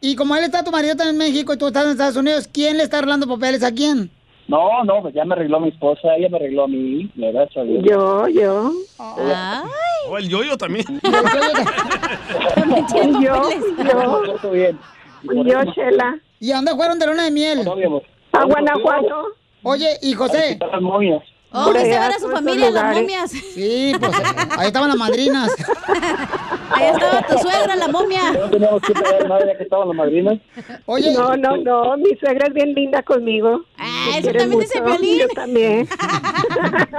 Y como él está tu marido está en México y tú estás en Estados Unidos, ¿quién le está arreglando papeles a quién?
No, no, pues ya me arregló mi esposa, ella me arregló a mí, me gracias a Dios.
Yo, yo. Ah.
O el yoyo también.
Y yo, yo. Yo, Chela.
¿Y a dónde fueron de luna de miel?
A Guanajuato.
Oye, y José.
Oh, Por que se allá, van a su por esos familia, las lugares. momias.
Sí, pues eh, ahí estaban las madrinas.
Ahí estaba tu suegra, la momia.
No teníamos que pagar nada ya que estaban las madrinas.
Oye.
No, no, no. Mi suegra es bien linda conmigo.
Ah,
eso también dice Piolín.
Yo también.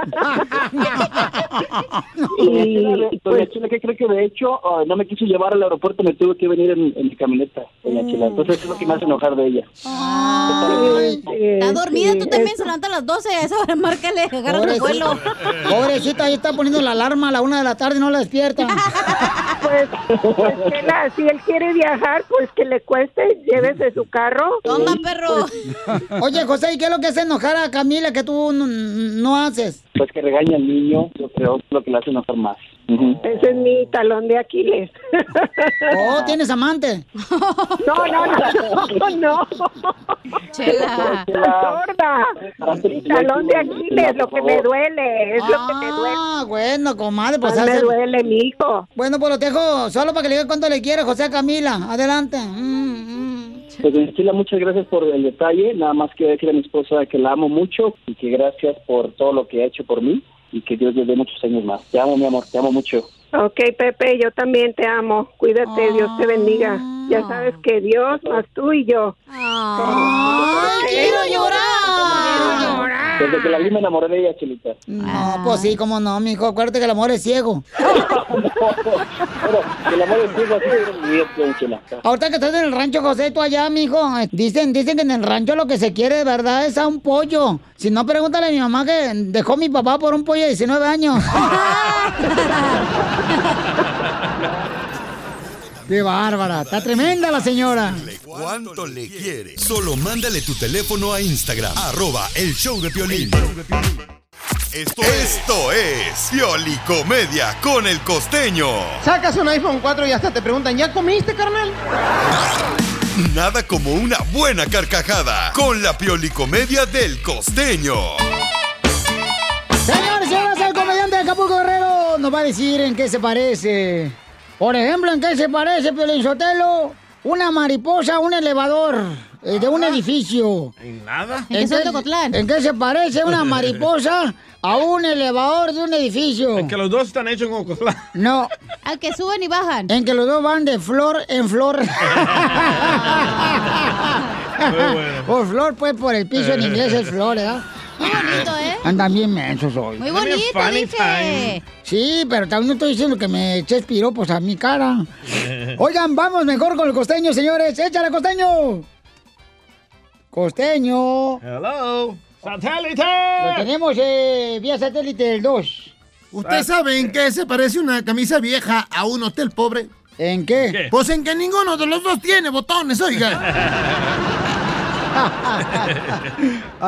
Doña Chela, doña Chela, ¿qué cree que de hecho ah, no me quiso llevar al aeropuerto? Me tuve que venir en, en mi camioneta, doña Chela. Entonces eso es lo que me hace enojar de ella.
Está dormida, tú también se levanta a las 12. A esa hora márcale, agarra el vuelo.
Pobrecita, ahí está poniendo la alarma a la una de la tarde y no la despierta.
Pues, pues, Chela, si él quiere viajar, pues que le cueste, llévese su carro. pues.
Toma,
perro.
Oye, José, ¿y qué es lo que hace enojar a Camila que tú no, no haces?
Pues que regaña al niño, yo creo que es lo que le hace enojar más. Ujú.
Ese es mi talón de Aquiles.
Oh, ¿tienes amante?
No, no, no, no.
Chela.
Estoy Sorda. Mi talón de Aquiles, lo que me duele, es lo que me duele.
Ah, bueno, comadre, pues
Ay, me
duele, mi hijo. Bueno, pues lo dejo solo para que le diga cuánto le quiere José a Camila. Adelante. Mm,
Pues doña Chela, muchas gracias por el detalle. Nada más quiero decir a mi esposa que la amo mucho y que gracias por todo lo que ha hecho por mí y que Dios le dé muchos años más. Te amo, mi amor, te amo mucho.
Ok, Pepe, yo también te amo. Cuídate, Dios te bendiga.
Ah.
Ya sabes que Dios más tú y yo.
Ah.
¡Ay, quiero llorar!
Desde que la vi me enamoré de ella, Chelita.
No, pues sí, cómo no, mijo. Acuérdate que el amor es ciego.
Pero el amor es ciego, así es mi vida, doña Chela.
Ahorita que estás en el rancho, José, tú allá, mijo. eh, Dicen, dicen que en el rancho lo que se quiere de verdad es a un pollo. Si no, pregúntale a mi mamá que dejó a mi papá por un pollo de 19 años. ¡Qué bárbara! Está tremenda la señora.
¿Cuánto le quiere? Solo mándale tu teléfono a Instagram. Arroba el show de Piolín. Esto, esto es Piolicomedia con el costeño.
Sacas un iPhone 4 y hasta te preguntan, ¿ya comiste, carnal?
Nada como una buena carcajada con la Piolicomedia del costeño.
Señores, señoras, el comediante de Acapulco Guerrero nos va a decir en qué se parece. Por ejemplo, en qué se parece, Piolín Sotelo, una mariposa, a un elevador eh, de un edificio.
Nada.
¿En qué- ¿En qué se parece una mariposa a un elevador de un edificio?
Que los dos están hechos en Ocotlán.
No.
Al que suben y bajan.
En que los dos van de flor en flor. Por flor, pues, por el piso en inglés es flor, ¿verdad?
Muy bonito, ¿eh?
Andan bien mensos hoy.
Muy bonito, Funny dije. time.
Sí, pero también no estoy diciendo que me eches piropos a mi cara. Oigan, vamos mejor con el costeño, señores. ¡Échale, costeño! Costeño.
Hello. ¡Satélite!
Lo tenemos eh, vía satélite el 2.
¿Ustedes
Ah.
saben qué se parece una camisa vieja a un hotel pobre?
¿En qué?
qué? Pues en que ninguno de los dos tiene botones, oiga.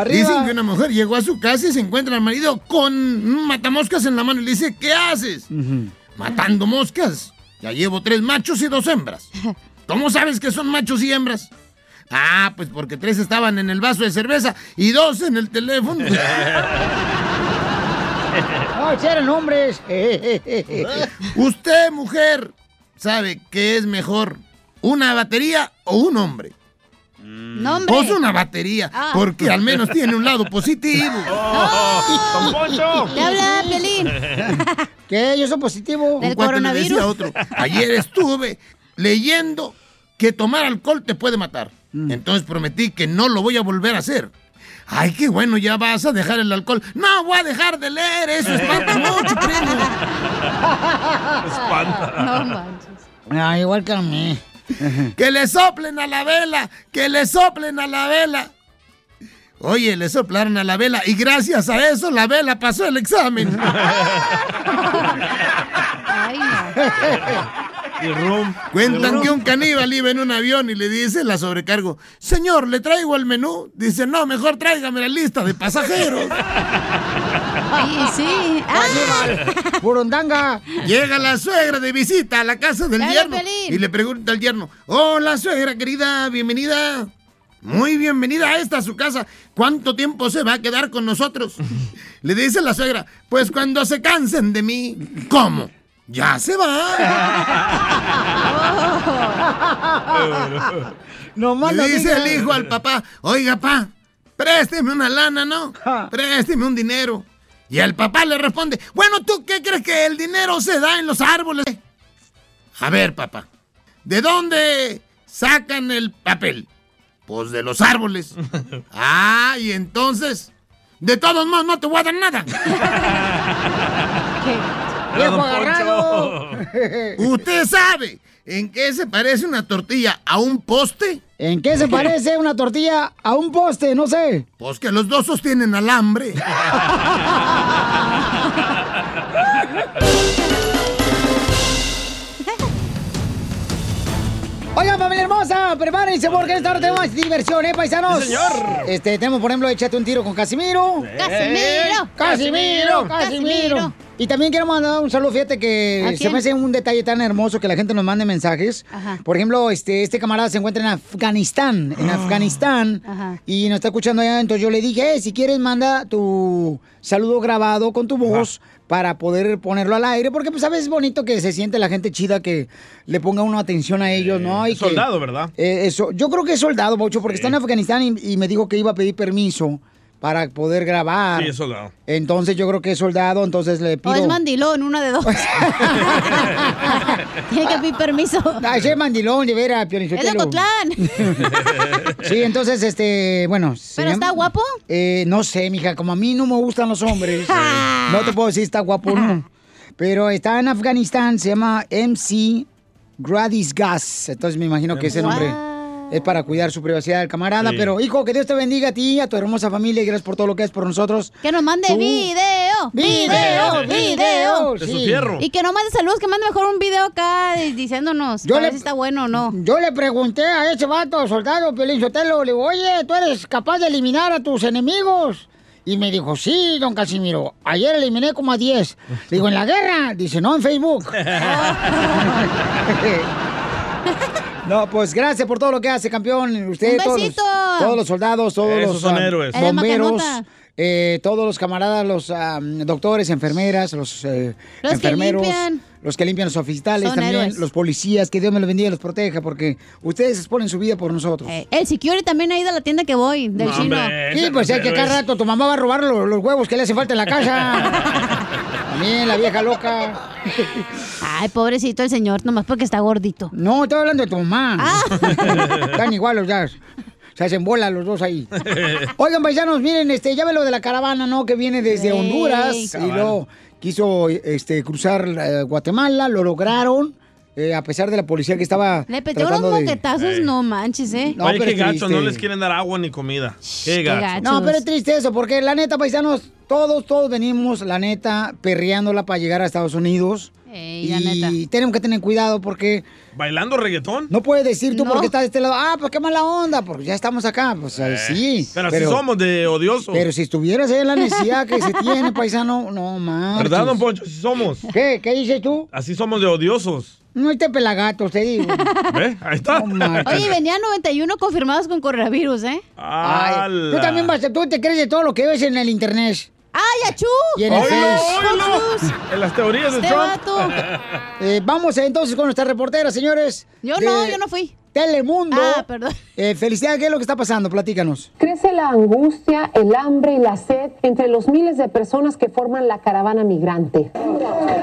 Dicen que una mujer llegó a su casa y se encuentra al marido con un matamoscas en la mano y le dice, ¿qué haces? Matando moscas. Ya llevo tres machos y dos hembras. ¿Cómo sabes que son machos y hembras? Ah, pues porque tres estaban en el vaso de cerveza y dos en el teléfono.
No, si Ah, eran hombres.
Usted, mujer, sabe qué es mejor, una batería o un hombre.
No, hombre.
Pues una batería,
Ah.
porque al menos tiene un lado positivo.
¡Don Poncho! Te habla Pelín.
¿Qué? Yo soy positivo.
Un cuate le decía a otro, ayer estuve leyendo que tomar alcohol te puede matar. Entonces prometí que no lo voy a volver a hacer. Ay, qué bueno, ya vas a dejar el alcohol. No, voy a dejar de leer, eso espanta mucho, primo.
Espanta.
Ah, igual que a mí.
Que le soplen a la vela, que le soplen a la vela. Oye, le soplaron a la vela y gracias a eso la vela pasó el examen. Cuentan que un caníbal iba en un avión y le dice la sobrecargo, señor, ¿le traigo el menú? Dice, no, mejor tráigame la lista de pasajeros.
Ay, sí. Ah.
¡Burundanga! Llega la suegra de visita a la casa del
Dale,
yerno
Pelín.
y le pregunta al yerno, hola suegra querida, bienvenida. Muy bienvenida a esta a su casa. ¿Cuánto tiempo se va a quedar con nosotros? Le dice la suegra, pues cuando se cansen de mí. ¿Cómo? Ya se va.
no
Le
no
dice
digas.
el hijo al papá, oiga papá, présteme una lana, ¿no? Présteme un dinero. Y el papá le responde, bueno, ¿tú qué crees que el dinero se da en los árboles? A ver, papá, ¿de dónde sacan el papel? Pues de los árboles. Ah, y entonces, de todos modos, no te voy a dar nada.
Don Poncho. agarrado.
¿Usted sabe en qué se parece una tortilla a un poste?
¿En qué se parece una tortilla a un poste? No sé.
Pues que los dos sostienen alambre.
Oigan, familia hermosa, prepárense porque esta hora tenemos diversión, ¿eh, paisanos?
Sí, señor.
Este, tenemos, por ejemplo, échate un tiro con Casimiro.
¡Casimiro!
¡Casimiro!
¡Casimiro!
¡Casimiro! Y también quiero mandar un saludo, fíjate
¿A
que
quién?
se me hace un detalle tan hermoso que la gente nos mande mensajes.
Ajá. Ah.
Por ejemplo, este, este camarada se encuentra en Afganistán, en Afganistán, y nos está escuchando allá, entonces yo le dije, "Eh, si quieres manda tu saludo grabado con tu voz para poder ponerlo al aire, porque pues sabes, es bonito que se siente la gente chida que le ponga uno atención a ellos, ¿no? Y que-
soldado, ¿verdad?
eh, eso, yo creo que es soldado, Bocho, porque está en Afganistán y, y me dijo que iba a pedir permiso para poder grabar.
Sí, es soldado.
Entonces yo creo que es soldado, entonces le
O
pido...
es mandilón, una de dos. Tiene que pedir permiso.
Ah, ese es mandilón, de veras,
Es de
Ah,
Ocotlán.
Sí, entonces, este, bueno.
¿Pero está
guapo? Eh, no sé, mija, como a mí no me gustan los hombres,
Ah.
no te puedo decir está guapo o no. Pero está en Afganistán, se llama MC Gradis Gas. Entonces me imagino que ese nombre es para cuidar su privacidad del camarada.
Sí.
Pero, hijo, que Dios te bendiga a ti, a tu hermosa familia y gracias por todo lo que haces por nosotros.
Que nos mande
Tú.
video.
Video, video,
De su sí. fierro.
Y que no mande saludos, que mande mejor un video acá eh, diciéndonos.
Yo
Yo
le-
ver si está bueno o no.
Yo le pregunté a ese vato, soldado Piolín Sotelo, le digo, oye, ¿tú eres capaz de eliminar a tus enemigos? Y me dijo, sí, don Casimiro, ayer eliminé como a 10. Le digo, ¿en la guerra? Dice, no, en Facebook. No, pues gracias por todo lo que hace, campeón. Usted,
Un
todos, los,
besito.
todos los soldados, todos
Esos
los
son
ah,
héroes.
El de
bomberos,
Macanota.
eh, todos los camaradas, los ah, doctores, enfermeras, los, eh,
Los que
enfermeros,
limpian.
los que limpian los oficiales,
Son
también
héroes.
los policías, que Dios me los bendiga y los proteja, porque ustedes exponen su vida por nosotros.
El security también ha ido a la tienda que voy, del
No,
chino.
hombre, Sí, pues, hay que cada rato tu mamá va a robar lo- los, huevos que le hacen falta en la casa. También la vieja loca.
Ay, pobrecito el señor, nomás porque está gordito.
No, estoy hablando de tu mamá.
Ah.
Están igual los dos. Se hacen bola los dos ahí. Oigan, paisanos, miren, este, ya ve lo de la caravana, ¿no? Que viene desde
Ey.
Honduras y
Caravana.
luego quiso este, cruzar eh, Guatemala, lo lograron, eh, a pesar de la policía que estaba.
Le metió unos
tratando de-
moquetazos,
Ey.
no manches, ¿eh?
Oye, qué gacho, no
triste.
les quieren dar agua ni comida. Qué
qué
gacho.
No, pero es triste eso, porque la neta, paisanos, todos, todos venimos, la neta, perreándola para llegar a Estados Unidos.
Ey, la neta.
Y tenemos que tener cuidado porque
¿Bailando reggaetón?
no puedes decir tú
No.
porque estás de este lado, ah, pues qué mala onda, porque ya estamos acá. Pues eh, sí.
Pero así somos de odiosos.
Pero si estuvieras ahí en la necesidad que se tiene, paisano, no más.
¿Verdad, don Poncho? Así somos.
¿Qué? ¿Qué dices tú?
Así somos de odiosos.
No este pelagato, te digo.
¿Ve? Ahí está.
Oye, venían 91 confirmados con coronavirus, ¿eh?
Ay, tú también vas, a- tú te crees de todo lo que ves en el internet.
¡Ay, achú!
Y en el Face.
En las teorías de
Este
Trump.
vato. Eh, vamos entonces con nuestra reportera, señores.
Yo no, yo no fui.
Telemundo. Ah, perdón. felicidad, ¿qué es lo que está pasando? Platícanos.
Crece la angustia, el hambre y la sed entre los miles de personas que forman la caravana migrante.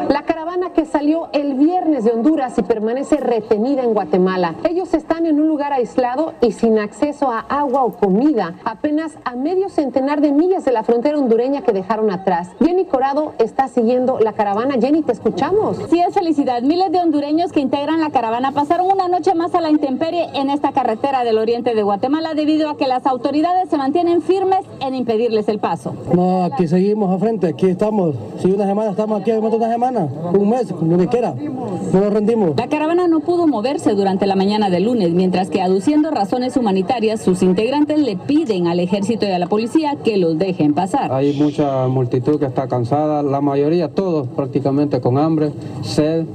La caravana que salió el viernes de Honduras y permanece retenida en Guatemala. Ellos están en un lugar aislado y sin acceso a agua o comida, apenas a medio centenar de millas de la frontera hondureña que dejaron atrás. Jenny Corado está siguiendo la caravana. Jenny, te escuchamos.
Sí, es felicidad. Miles de hondureños que integran la caravana pasaron una noche más a la intemperie en esta carretera del oriente de Guatemala debido a que las autoridades se mantienen firmes en impedirles el paso.
No, aquí seguimos al frente, aquí estamos. Si una semana estamos aquí, aguanta una semana, un mes, lo que quiera. No nos rendimos.
La caravana no pudo moverse durante la mañana del lunes, mientras que aduciendo razones humanitarias, sus integrantes le piden al ejército y a la policía que los dejen pasar.
Hay mucha multitud que está cansada, la mayoría, todos prácticamente con hambre, sed,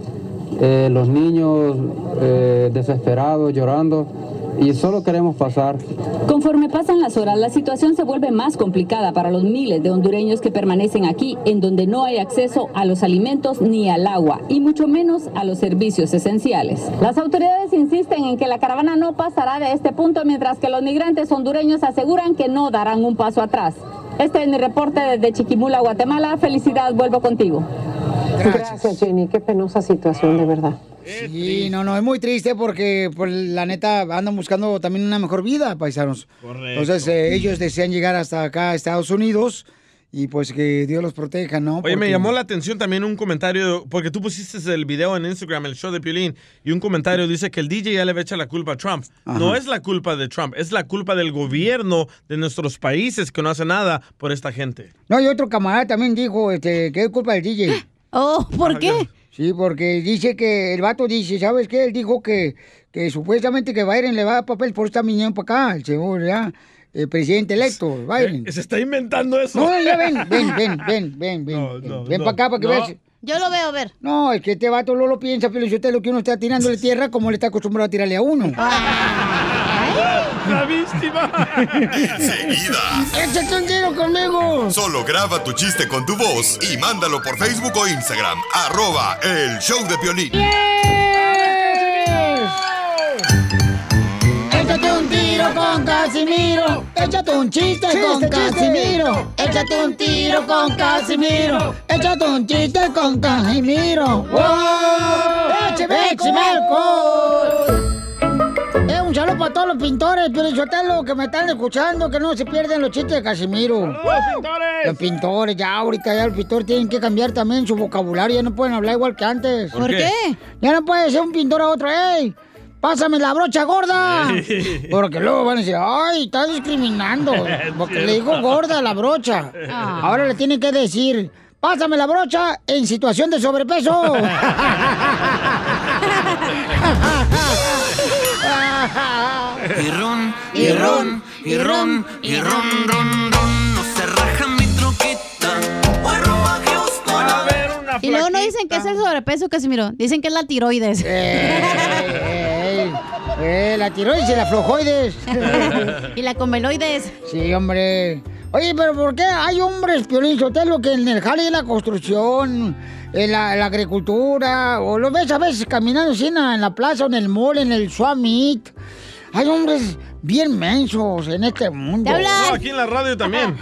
eh, los niños eh, desesperados, llorando, y solo queremos pasar.
Conforme pasan las horas, la situación se vuelve más complicada para los miles de hondureños que permanecen aquí, en donde no hay acceso a los alimentos ni al agua, y mucho menos a los servicios esenciales. Las autoridades insisten en que la caravana no pasará de este punto, mientras que los migrantes hondureños aseguran que no darán un paso atrás. Este es mi reporte desde Chiquimula, Guatemala. Felicidad, vuelvo contigo.
Gracias, Jenny. Qué penosa situación, de verdad.
Sí, no, no, es muy triste porque pues, la neta andan buscando también una mejor vida, paisanos.
Correcto.
Entonces eh, ellos desean llegar hasta acá, a Estados Unidos, y pues que Dios los proteja, ¿no?
Oye, me
Porque-
llamó la atención también un comentario, porque tú pusiste el video en Instagram, el show de Piolín, y un comentario dice que el DJ ya le echa la culpa a Trump.
Ajá.
No es la culpa de Trump, es la culpa del gobierno de nuestros países que no hace nada por esta gente.
No, y otro camarada también dijo este, que es culpa del DJ. Oh,
Ah,
¿por qué? Sí, porque dice que el vato dice, ¿sabes qué? Él dijo que, que supuestamente que Biden le va a dar papel por esta viniendo para acá, el señor, ya, el presidente electo, Biden.
Eh, se está inventando eso.
No, no, ya ven, ven, ven, ven, ven, ven. ven
no,
para acá para que
no.
veas. Yo lo veo, a ver. No, es que este vato no lo piensa, pero yo te lo que uno está tirándole tierra como le está acostumbrado a tirarle a uno. Ah.
La víctima.
Enseguida.
¡Échate un tiro conmigo!
Solo graba tu chiste con tu voz y mándalo por Facebook o Instagram. Arroba el show de Piolín.
Échate un tiro con Casimiro. Échate un chiste, con Casimiro. Échate un tiro con Casimiro. Échate un chiste con Casimiro. ¡Wow! ¡Échame,
¡Échame
alcohol! Eh, un saludo para todos los pintores, Piolichotelo, que me están escuchando, que no se pierden los chistes de Casimiro.
pintores!
Los pintores, ya ahorita ya los pintores tienen que cambiar también su vocabulario, ya no pueden hablar igual que antes.
¿Por ¿Por qué? qué?
Ya no puede ser un pintor a otro, ¡ey! ¡Pásame la brocha gorda! Ah, Porque luego van a decir, ¡ay, está discriminando! Porque le digo gorda a la brocha.
Ah.
Ahora le tienen que decir, ¡pásame la brocha en situación de sobrepeso!
Y ron, y ron, y ron, y ron, ron, ron, no se raja mi troquita. Puerro bajeos por haber una
Y luego no dicen que es el sobrepeso, Casimiro. Dicen que es la tiroides.
Eh, la tiroides y la flojoides.
y la comeloides.
Sí, hombre. Oye, pero ¿por qué hay hombres, Piolín Sotelo, que en el jale de la construcción, en la, en la agricultura, o lo ves a veces caminando así en la, en la plaza, o en el mall, en el swamit? Hay hombres bien mensos en este mundo.
No, aquí en la radio también.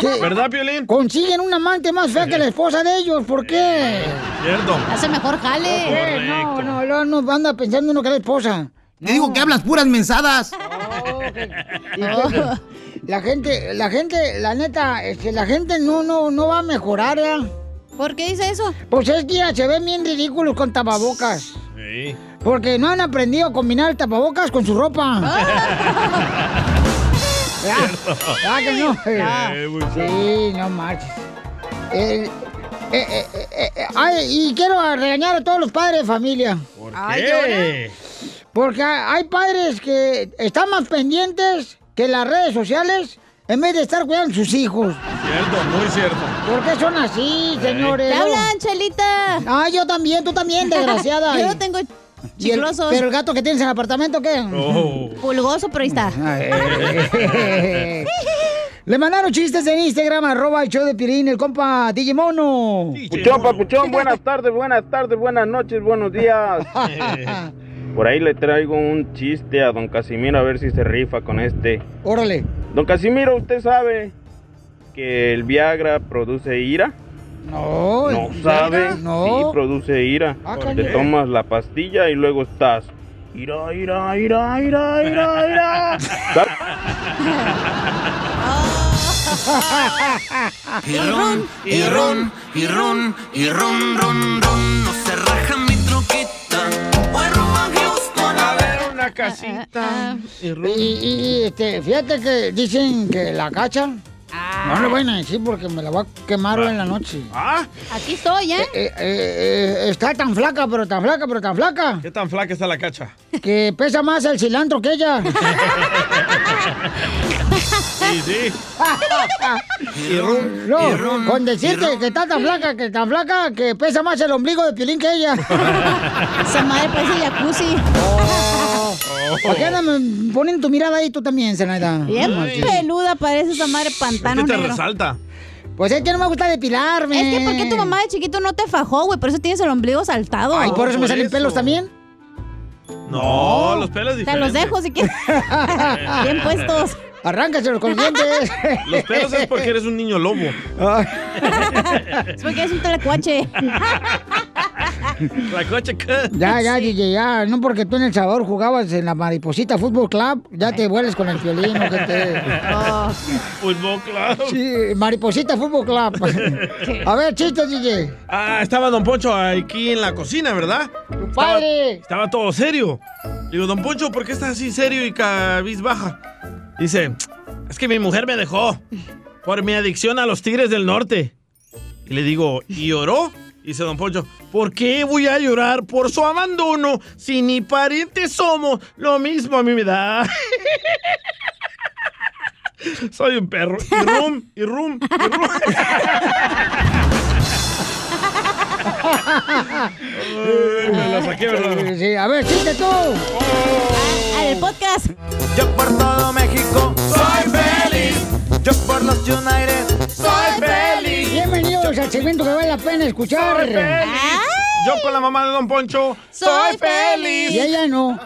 ¿Qué?
¿Verdad, Piolín?
Consiguen un amante más fea que la esposa de ellos, ¿por qué?
Cierto.
Hace mejor jale. No, no, no, no, anda pensando uno que la esposa.
Te digo que hablas puras mensadas.
Y entonces, La gente, la gente, la neta, este, la gente no, no, no va a mejorar, ¿ya? ¿Por qué dice eso? Pues es que ya se ven bien ridículos con tapabocas.
Sí.
Porque no han aprendido a combinar el tapabocas con su Ah. ropa.
Cierto.
Ah, que no.
Eh, muy
sí, no marches. El- eh, eh, eh, eh, eh, ay, y quiero regañar a todos los padres de familia. ¿Por
qué?
Porque ha- hay padres que están más pendientes que las redes sociales en vez de estar cuidando a sus hijos.
Cierto, muy cierto.
¿Por qué son así, señores?
Te hablan,
Chelita! Ah, yo también, tú también, desgraciada.
Yo
Y-
no tengo
y el-
chiclosos.
¿Pero el gato que tienes en el apartamento qué?
Oh.
Pulgoso, pero ahí está. Le mandaron chistes en Instagram, arroba el show de Pirín, el compa DJ Mono.
Papuchón, papuchón, buenas tardes, buenas tardes, buenas noches, buenos días.
Por ahí le traigo un chiste a don Casimiro a ver si se rifa con este.
Órale.
Don Casimiro, ¿usted sabe que el Viagra produce ira?
Pues,
No.
No sabe. Sí, produce ira.
Ah,
Te
caray.
tomas la pastilla y luego estás.
Ira, ira, ira, ira, ira, ira.
Y ron,
y ron, y ron, y ron, ron, ron. No se raja mi troquita. Arroba Houston. A ver
una casita.
Y, y- y, este, fíjate que dicen que la cacha. No le vayan a decir porque me la va a quemar en la
Ah.
noche.
Aquí estoy, ¿eh?
Eh, eh, eh, está tan flaca, pero tan flaca, pero tan flaca,
¿Qué tan flaca está la cacha?
que pesa más el cilantro que ella.
Sí, sí. Y ron,
No,
y ron,
con
y
decirte
ron.
que está tan flaca, que tan flaca, que pesa más el ombligo de Piolín que ella. Esa madre parece jacuzzi. Oh. ¿Por qué no me ponen tu mirada ahí tú también, Zenaida?
Bien
No marches.
peluda parece esa madre pantano
Este te
negro.
resalta.
Pues es que no me gusta depilarme.
Es que porque tu mamá de chiquito no te fajó, güey, por eso tienes el ombligo saltado.
Ay, ¿por eso me Por salen eso. pelos también?
No, los pelos
Te
diferentes.
los dejo si quieres. Bien puestos.
Arráncaselos con los dientes.
Los pelos es porque eres un niño lobo.
Es porque es un telecuache.
La coche que.
Ah. Ya, ya, DJ, ya. No porque tú en El Salvador jugabas en la Mariposita Fútbol Club, ya te vuelves con el violín, que
Fútbol Pues claro.
Sí, Mariposita Fútbol Club. A ver, chiste, DJ.
Ah, estaba Don Poncho aquí en la cocina, ¿verdad?
Tu padre.
Estaba todo serio. Le digo, Don Poncho, ¿por qué estás así serio y cabizbaja? Dice, es que mi mujer me dejó por mi adicción a los tigres del norte. Y le digo, ¿y lloró? Dice Don Poncho, ¿por qué voy a llorar por su abandono si ni parientes somos? Lo mismo a mí me da. Soy un perro. Y rum, y rum, y rum. Ay, me la saqué, ¿verdad?
Sí, a ver, chiste tú.
Ah,
Al el podcast.
Yo por todo México soy feliz. Yo por los United soy feliz.
Bienvenidos al segmento que vale la pena escuchar.
Soy feliz.
Yo con la mamá de Don Poncho
soy feliz.
Y ella no.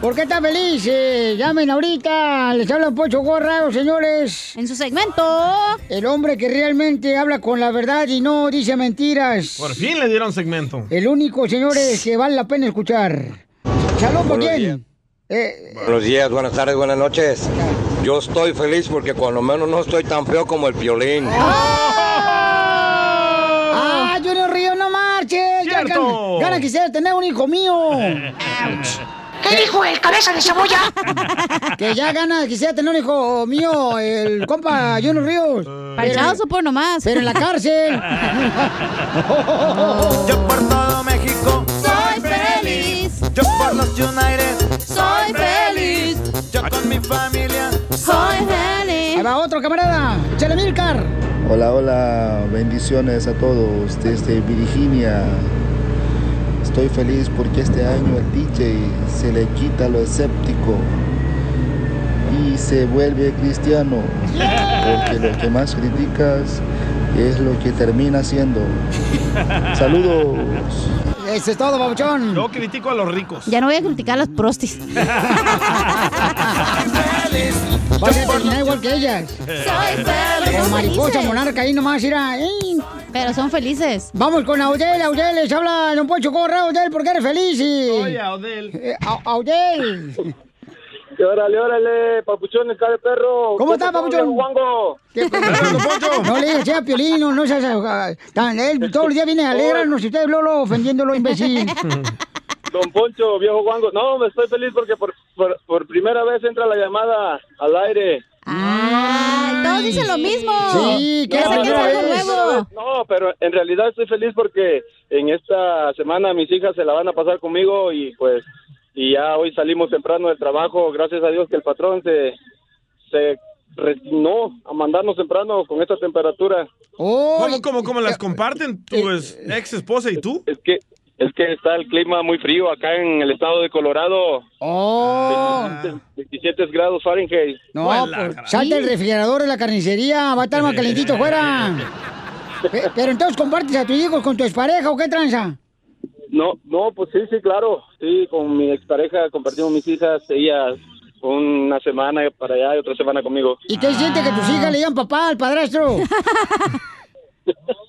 ¿Por qué está feliz? Eh, llamen ahorita. Les habla Pocho Gorra, señores.
En su segmento.
El hombre que realmente habla con la verdad y no dice mentiras.
Por fin le dieron segmento.
El único, señores, que vale la pena escuchar. Shalom, ¿por
Buenos
quién? Eh,
Buenos días, buenas tardes, buenas noches. Yo estoy feliz porque cuando menos no estoy tan feo como el violín.
¡Oh!
¡Ah, Junior Río, no marches! Ya
Cierto.
gan- Gana quisiera tener un hijo mío. ¿Qué dijo el cabeza de cebolla? que ya gana quisiera tener un hijo mío, el compa Junior Ríos.
Parchado supo pues, nomás.
Pero en la cárcel.
Yo por todo México soy feliz. Yo por los United soy feliz. Yo con mi familia soy feliz.
Ahí va otro camarada. Échale Milcar.
Hola, hola, bendiciones a todos desde Virginia. Estoy feliz porque este año el DJ se le quita lo escéptico y se vuelve cristiano. Porque lo que más criticas es lo que termina siendo. Saludos.
Eso es todo, babuchón.
Yo critico a los ricos.
Ya no voy a criticar a las prostis.
Vas a terminar igual que ellas.
Soy feliz.
Como Eh, mariposa
Felices.
monarca ahí nomás, irá.
Pero son felices.
Vamos con Audel, Audel, les habla Don Poncho Corra, Audel, porque eres feliz y... Eh,
Oye,
Audel.
Audel.
Y órale, órale, papuchón, el cara de perro.
¿Cómo está,
estamos,
papuchón?
viejo guango?
¿Qué- No le digas ya, Piolino, no seas... ah, tan- él todo el día viene a alegrarnos y usted Lolo ofendiéndolo, imbécil.
Don Poncho, viejo guango. No, me estoy feliz porque por, por, por primera vez entra la llamada al aire.
Ay, todos dicen lo mismo.
Sí,
Ya sé que es algo nuevo.
No, pero en realidad estoy feliz porque en esta semana mis hijas se la van a pasar conmigo y pues y ya hoy salimos temprano del trabajo, gracias a Dios que el patrón se se resignó a mandarnos temprano con esta temperatura.
¿Cómo, cómo, cómo las comparten tu es- ex esposa y tú?
Es que es que está el clima muy frío acá en el estado de Colorado.
Oh.
27 grados Fahrenheit.
No, pues, salta el refrigerador de la carnicería, va a estar más calentito fuera. Pe- Pero entonces compartes a tus hijos con tu expareja o qué tranza.
No, no, pues sí, sí, claro. Sí, con mi expareja compartimos mis hijas, ella una semana para allá y otra semana conmigo.
¿Y qué siente que tus hijas le digan papá al padrastro?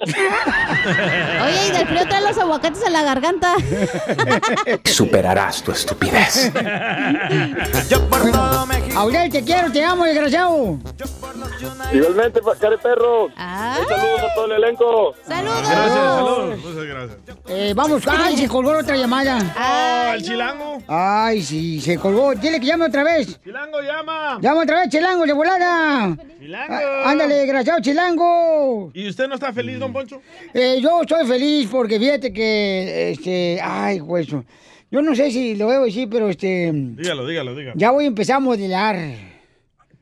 Oye, y del frío trae los aguacates a la garganta.
Superarás tu estupidez.
Auriel, te quiero, te amo, desgraciado.
Igualmente, Care Perro. Un saludo a todo el elenco.
Ah.
¡Saludos!
Gracias,
saludos. Muchas gracias.
Eh, vamos, ay, se colgó otra llamada.
¡Ah, el chilango!
Ay, sí, se colgó. Dile que llame otra vez.
¡Chilango, llama!
Llama otra vez, chilango, de volada.
¡Chilango!
Á- Ándale, desgraciado, chilango.
¿Y usted no está feliz, don Poncho?
Eh, yo estoy feliz porque fíjate que, este, ay, pues, yo no sé si lo debo decir, pero este,
Dígalo, dígalo, dígalo.
ya voy a empezar a modelar.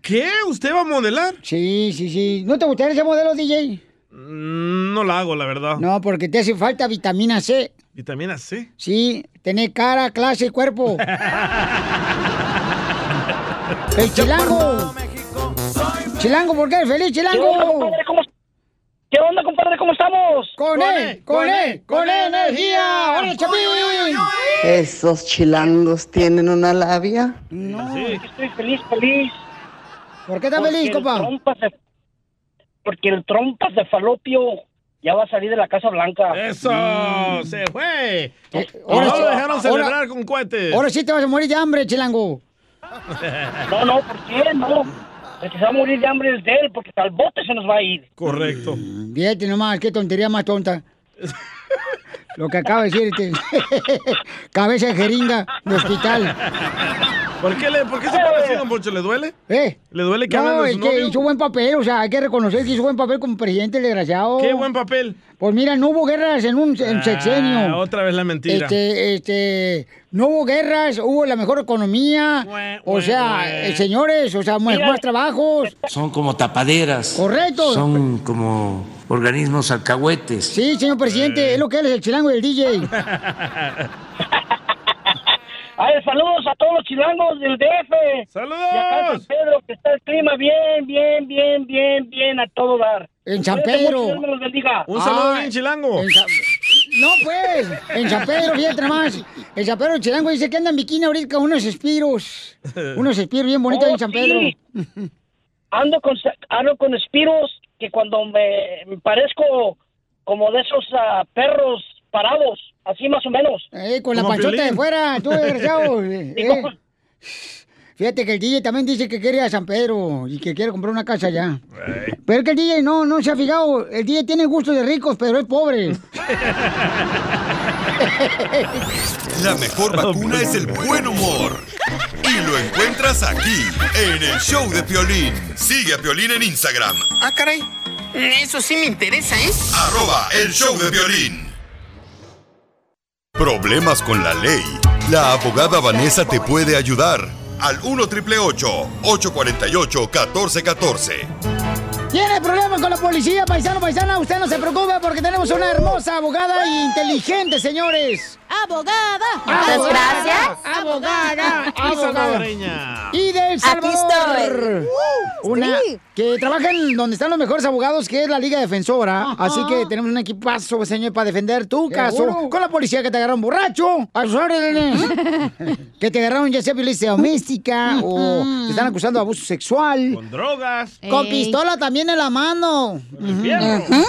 ¿Qué? ¿Usted va a modelar?
Sí, sí, sí. ¿No te gustaría ese modelo, DJ?
Mm, No la hago, la verdad.
No, porque te hace falta vitamina C.
¿Vitamina C?
Sí, tener cara, clase y cuerpo. El chilango. Chilango, ¿por qué eres feliz,
¿Qué onda,
chilango?
compadre?
¿Qué onda, compadre? ¿Cómo estamos? Con él, con él, con él, energía. ¡Hola, chapín!
¿Esos chilangos tienen una labia?
No.
Estoy feliz, feliz.
¿Por qué estás feliz,
el
compa?
trompas de- porque el trompas de falopio ya va a salir de la Casa Blanca.
¡Eso!
Mm.
¡Se fue!
Eh, ahora
no
sí-
lo dejaron
ahora-
celebrar con cohetes.
Ahora sí te vas a morir de hambre, chilango.
No, no, ¿por qué? No. El que se va a morir de hambre es de él, porque tal bote se nos va a ir.
Correcto.
Mm, Fíjate nomás, qué tontería más tonta. Lo que acaba de decirte. Cabeza de jeringa de hospital.
¿Por qué, le, ¿Por qué se pone así, don Poncho? ¿Le duele?
¿Eh?
¿Le duele que hablen
No,
de
es
su
que
novio?
hizo buen papel, o sea, hay que reconocer que hizo buen papel como presidente, el desgraciado.
¿Qué buen papel?
Pues mira, no hubo guerras en un en
Ah,
sexenio.
otra vez la mentira.
Este, este, no hubo guerras, hubo la mejor economía. o sea, eh, señores, o sea, mejores trabajos.
Son como tapaderas.
Correcto.
Son como organismos alcahuetes.
Sí, señor
Eh.
presidente, es lo que él es el chilango y el DJ.
Ay, Eh, saludos a todos los chilangos del DF.
¡Saludos!
Y acá en San Pedro, que está el clima bien, bien, bien, bien, bien a todo dar.
En San
Cuídate
Pedro.
mucho, Dios me los bendiga.
Un saludo Ah, bien
chilango.
No, pues, en San Pedro, fíjate más. En San Pedro, el chilango dice que anda en bikini ahorita con unos espiros. Unos espiros bien bonitos ahí en San
Oh,
Pedro.
sí. Ando con, ando con espiros que cuando me, me parezco como de esos ah, perros parados, así más o menos.
Eh, Con la panchota de fuera, tú desgraciado. eh, eh. Fíjate que el DJ también dice que quiere ir a San Pedro y que quiere comprar una casa allá. Pero es que el DJ no, no se ha fijado. El DJ tiene gusto de ricos, pero es pobre.
La mejor vacuna es el buen humor. Y lo encuentras aquí, en el show de Piolín. Sigue a Piolín en Instagram,
Ah, caray. Eso sí me interesa, ¿eh?
arroba el show de Piolín. Problemas con la ley. La abogada Vanessa te puede ayudar. Al 1 848 1414
Tiene problemas con la policía, paisano, paisana. Usted no se preocupe porque tenemos una hermosa abogada e inteligente, señores.
Abogada.
Abogada,
gracias.
Abogada.
Y
Abogada.
salvadoreña.
Y del
Aquí
Salvador.
estoy. Uh,
Una
sí.
que trabaja en donde están los mejores abogados, que es la Liga Defensora.
Ajá.
Así que tenemos un equipazo, señor, para defender tu caso
Seguro.
con la policía que te agarraron borracho. A sus órdenes. que te agarraron ya sea violencia doméstica o te están acusando de abuso sexual.
Drogas.
Con pistola también en la mano.
fierro.
Ujú.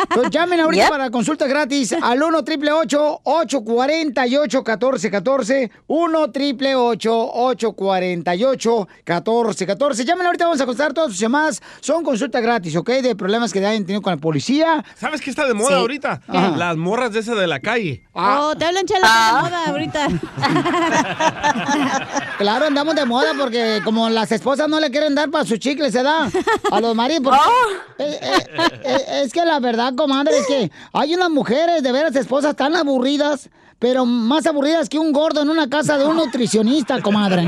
Entonces, llamen ahorita
Yep.
para consulta gratis al 1 triple 848 1414 1 triple 848 1414 Llamen ahorita, vamos a contestar todas sus llamadas. Son consulta gratis, ¿ok? De problemas que hayan tenido con la policía.
¿Sabes qué está de moda
Sí. Ah,
ahorita?
Ajá. Ah.
Las morras de esa de la calle.
Oh, te hablan chela de moda ahorita.
Claro, andamos de moda porque como las esposas no le quieren dar para sus chicles, se da a los maridos. porque-
Ah. Oh.
Eh, eh, eh, es que la verdad, comadre, es que hay unas mujeres, de veras, esposas tan aburridas, pero más aburridas que un gordo en una casa de un nutricionista, comadre.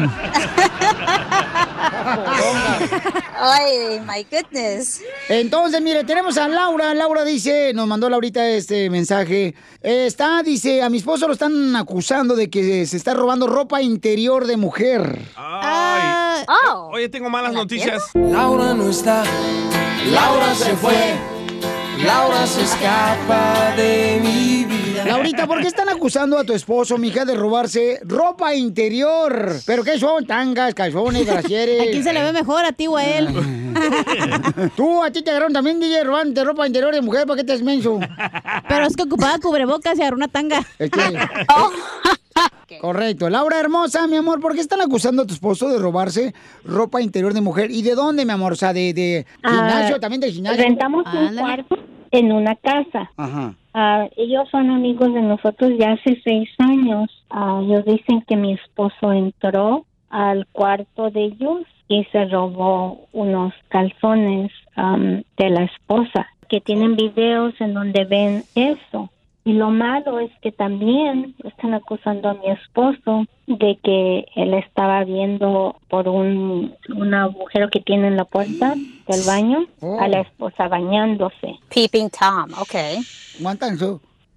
Ay, my goodness.
Entonces, mire, tenemos a Laura. Laura dice, nos mandó Laurita este mensaje. Eh, Está, dice, a mi esposo lo están acusando de que se está robando ropa interior de mujer.
Ah.
Ay.
eh,
Oye, tengo malas noticias.
Laura no está. Laura se fue.
Laura se escapa de mi vida.
Laurita, ¿por qué están acusando a tu esposo, mija, de robarse ropa interior? ¿Pero qué son? Tangas, calzones, brasieres.
¿A quién se le ve mejor, a ti o a él?
Ah. Tú, a ti te agarraron también, DJ, robándote ropa interior de mujer, ¿para qué te es menso?
Pero es que ocupaba cubrebocas y agarró una tanga.
Correcto. Laura hermosa, mi amor, ¿por qué están acusando a tu esposo de robarse ropa interior de mujer? ¿Y de dónde, mi amor? O sea, de, de gimnasio,
Ah,
también del gimnasio.
Rentamos un cuarto en una casa.
Ajá.
Ah, ellos son amigos de nosotros ya hace seis años. Ah, ellos dicen que mi esposo entró al cuarto de ellos y se robó unos calzones am, de la esposa, que tienen videos en donde ven eso. Y lo malo es que también están acusando a mi esposo de que él estaba viendo por un, un agujero que tiene en la puerta del baño a la esposa bañándose.
Peeping Tom, okay.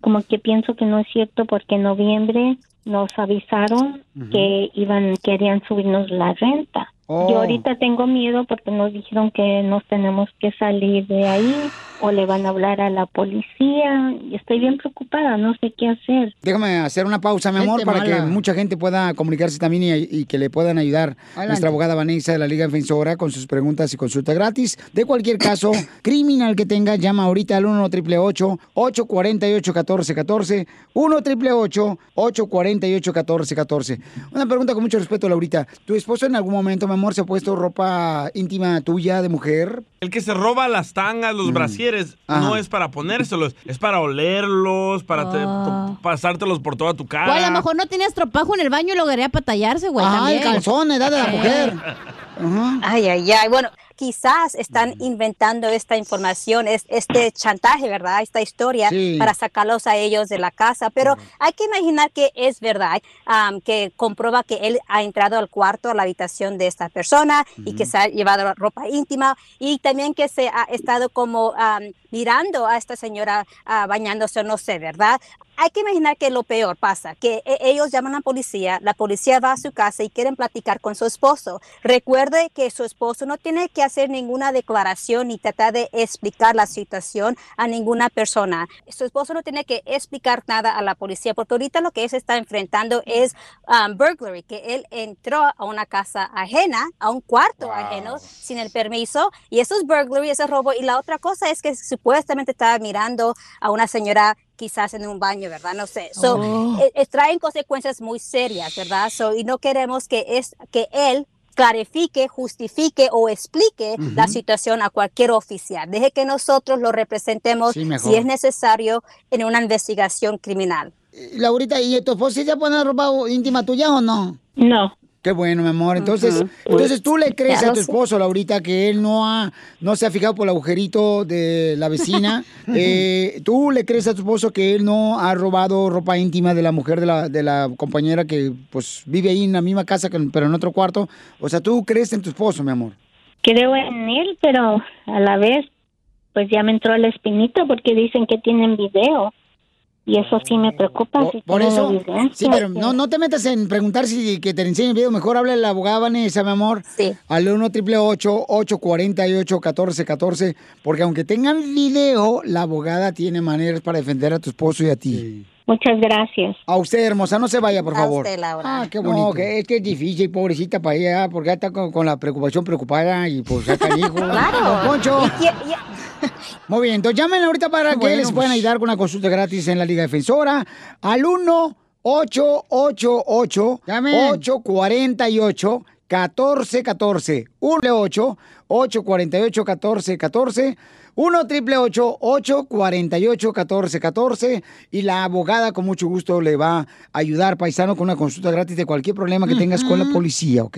Como que pienso que no es cierto porque en noviembre nos avisaron
Ujú.
que iban querían subirnos la renta.
Oh.
Yo ahorita tengo miedo porque nos dijeron que nos tenemos que salir de ahí o le van a hablar a la policía. Y Estoy bien preocupada, no sé qué hacer.
Déjame hacer una pausa, mi amor,
Gente
para que
mala.
mucha gente pueda comunicarse también y, y que le puedan ayudar
Adelante.
nuestra abogada Vanessa de la Liga Defensora con sus preguntas y consulta gratis. De cualquier caso criminal que tenga, llama ahorita al 1 888 848 1414 1 888 848 1414 Una pregunta con mucho respeto, Laurita. ¿Tu esposo en algún momento, mi amor, se ha puesto ropa íntima tuya de mujer?
El que se roba las tangas, los brasieres,
Mm. Ajá.
no es para ponérselos, es para olerlos, para te- to- pasártelos por toda tu
Ah. O a lo
cara.
mejor no tenías tropajo en el baño y lograría patallarse, güey.
Ah, el
también.
calzón, edad de la
Sí.
mujer.
Ay, ay, ay. Bueno, quizás están inventando esta información, es, este chantaje, ¿verdad? Esta historia
Sí.
para sacarlos a ellos de la casa. Pero hay que imaginar que es verdad, am, que comprueba que él ha entrado al cuarto, a la habitación de esta persona y que
Ujú.
se ha llevado ropa íntima y también que se ha estado como am, mirando a esta señora ah, bañándose, no sé, ¿verdad? Hay que imaginar que lo peor pasa, que e- ellos llaman a la policía, la policía va a su casa y quieren platicar con su esposo. Recuerde que su esposo no tiene que hacer ninguna declaración ni tratar de explicar la situación a ninguna persona. Su esposo no tiene que explicar nada a la policía porque ahorita lo que él se está enfrentando es um, burglary, que él entró a una casa ajena, a un cuarto ajeno, sin el permiso, y eso es burglary, eso es robo. Y la otra cosa es que supuestamente estaba mirando a una señora quizás en un baño, ¿verdad? No sé. So,
Oh.
eh, eh, traen consecuencias muy serias, ¿verdad? So, y no queremos que, es, que él clarifique, justifique o explique la
Ujú.
situación a cualquier oficial. Deje que nosotros lo representemos
Sí, mejor.
si es necesario en una investigación criminal.
Eh, Laurita, ¿y tu esposo sí se pone ropa íntima tuya o no?
No.
Qué bueno, mi amor. Entonces,
Ujú.
entonces tú le crees
Ya
a
lo
tu
sé.
esposo, Laurita, que él no ha, no se ha fijado por el agujerito de la vecina. Eh, tú le crees a tu esposo que él no ha robado ropa íntima de la mujer de la, de la compañera que pues vive ahí en la misma casa, que- pero en otro cuarto. O sea, tú crees en tu esposo, mi amor.
Creo en él, pero a la vez, pues ya me entró la espinita porque dicen que tienen video. Y eso sí me preocupa. si
Oh, Por
tienen
eso,
evidencia,
sí, pero
que-
no, no te metas en preguntar si que te enseñe el video. Mejor habla la abogada Vanessa, mi amor.
Sí.
Al 1 848 1414 Porque aunque tengan video, la abogada tiene maneras para defender a tu esposo y a ti.
Muchas gracias.
A usted, hermosa, no se vaya, por
A
favor.
usted, Laura.
Ah, qué bonito. que es que es difícil, pobrecita, para ella, porque ya está con, con la preocupación preocupada y pues saca el hijo.
Claro.
Don Poncho.
Y que- y-
Muy bien, entonces llamen ahorita para que
Bueno,
les puedan ayudar con una consulta gratis en la Liga Defensora al 1 888 848 1414 1 8 848 1414 1 triple 848 1414 y la abogada con mucho gusto le va a ayudar paisano con una consulta gratis de cualquier problema que tengas con la policía, ¿ok?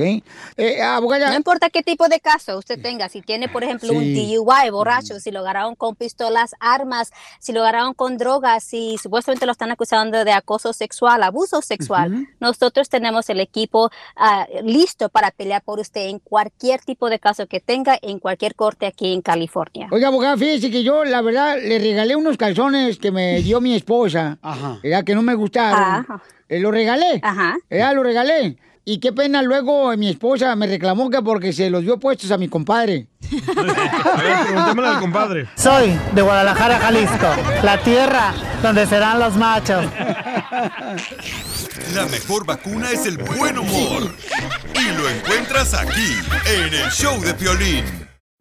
Eh, abogada,
No importa qué tipo de caso usted tenga, si tiene, por ejemplo, un
Sí.
DUI borracho, si lo agarraron con pistolas, armas, si lo agarraron con drogas, si supuestamente lo están acusando de acoso sexual, abuso sexual, nosotros tenemos el equipo ah, listo para pelear por usted en cualquier tipo de caso que tenga, en cualquier corte aquí en California.
Oiga, abogada, fíjese que yo, la verdad, le regalé unos calzones que me dio mi esposa. Ajá. Era que no me gustaron.
Ah.
Ajá.
Eh, lo regalé.
Ajá.
Era, lo regalé. Y qué pena, luego eh, mi esposa me reclamó que porque se los dio puestos a mi compadre.
A ver, preguntémosle al compadre.
Soy de Guadalajara, Jalisco, la tierra donde serán los machos.
La mejor vacuna es el buen humor. Y lo encuentras aquí, en el show de Piolín.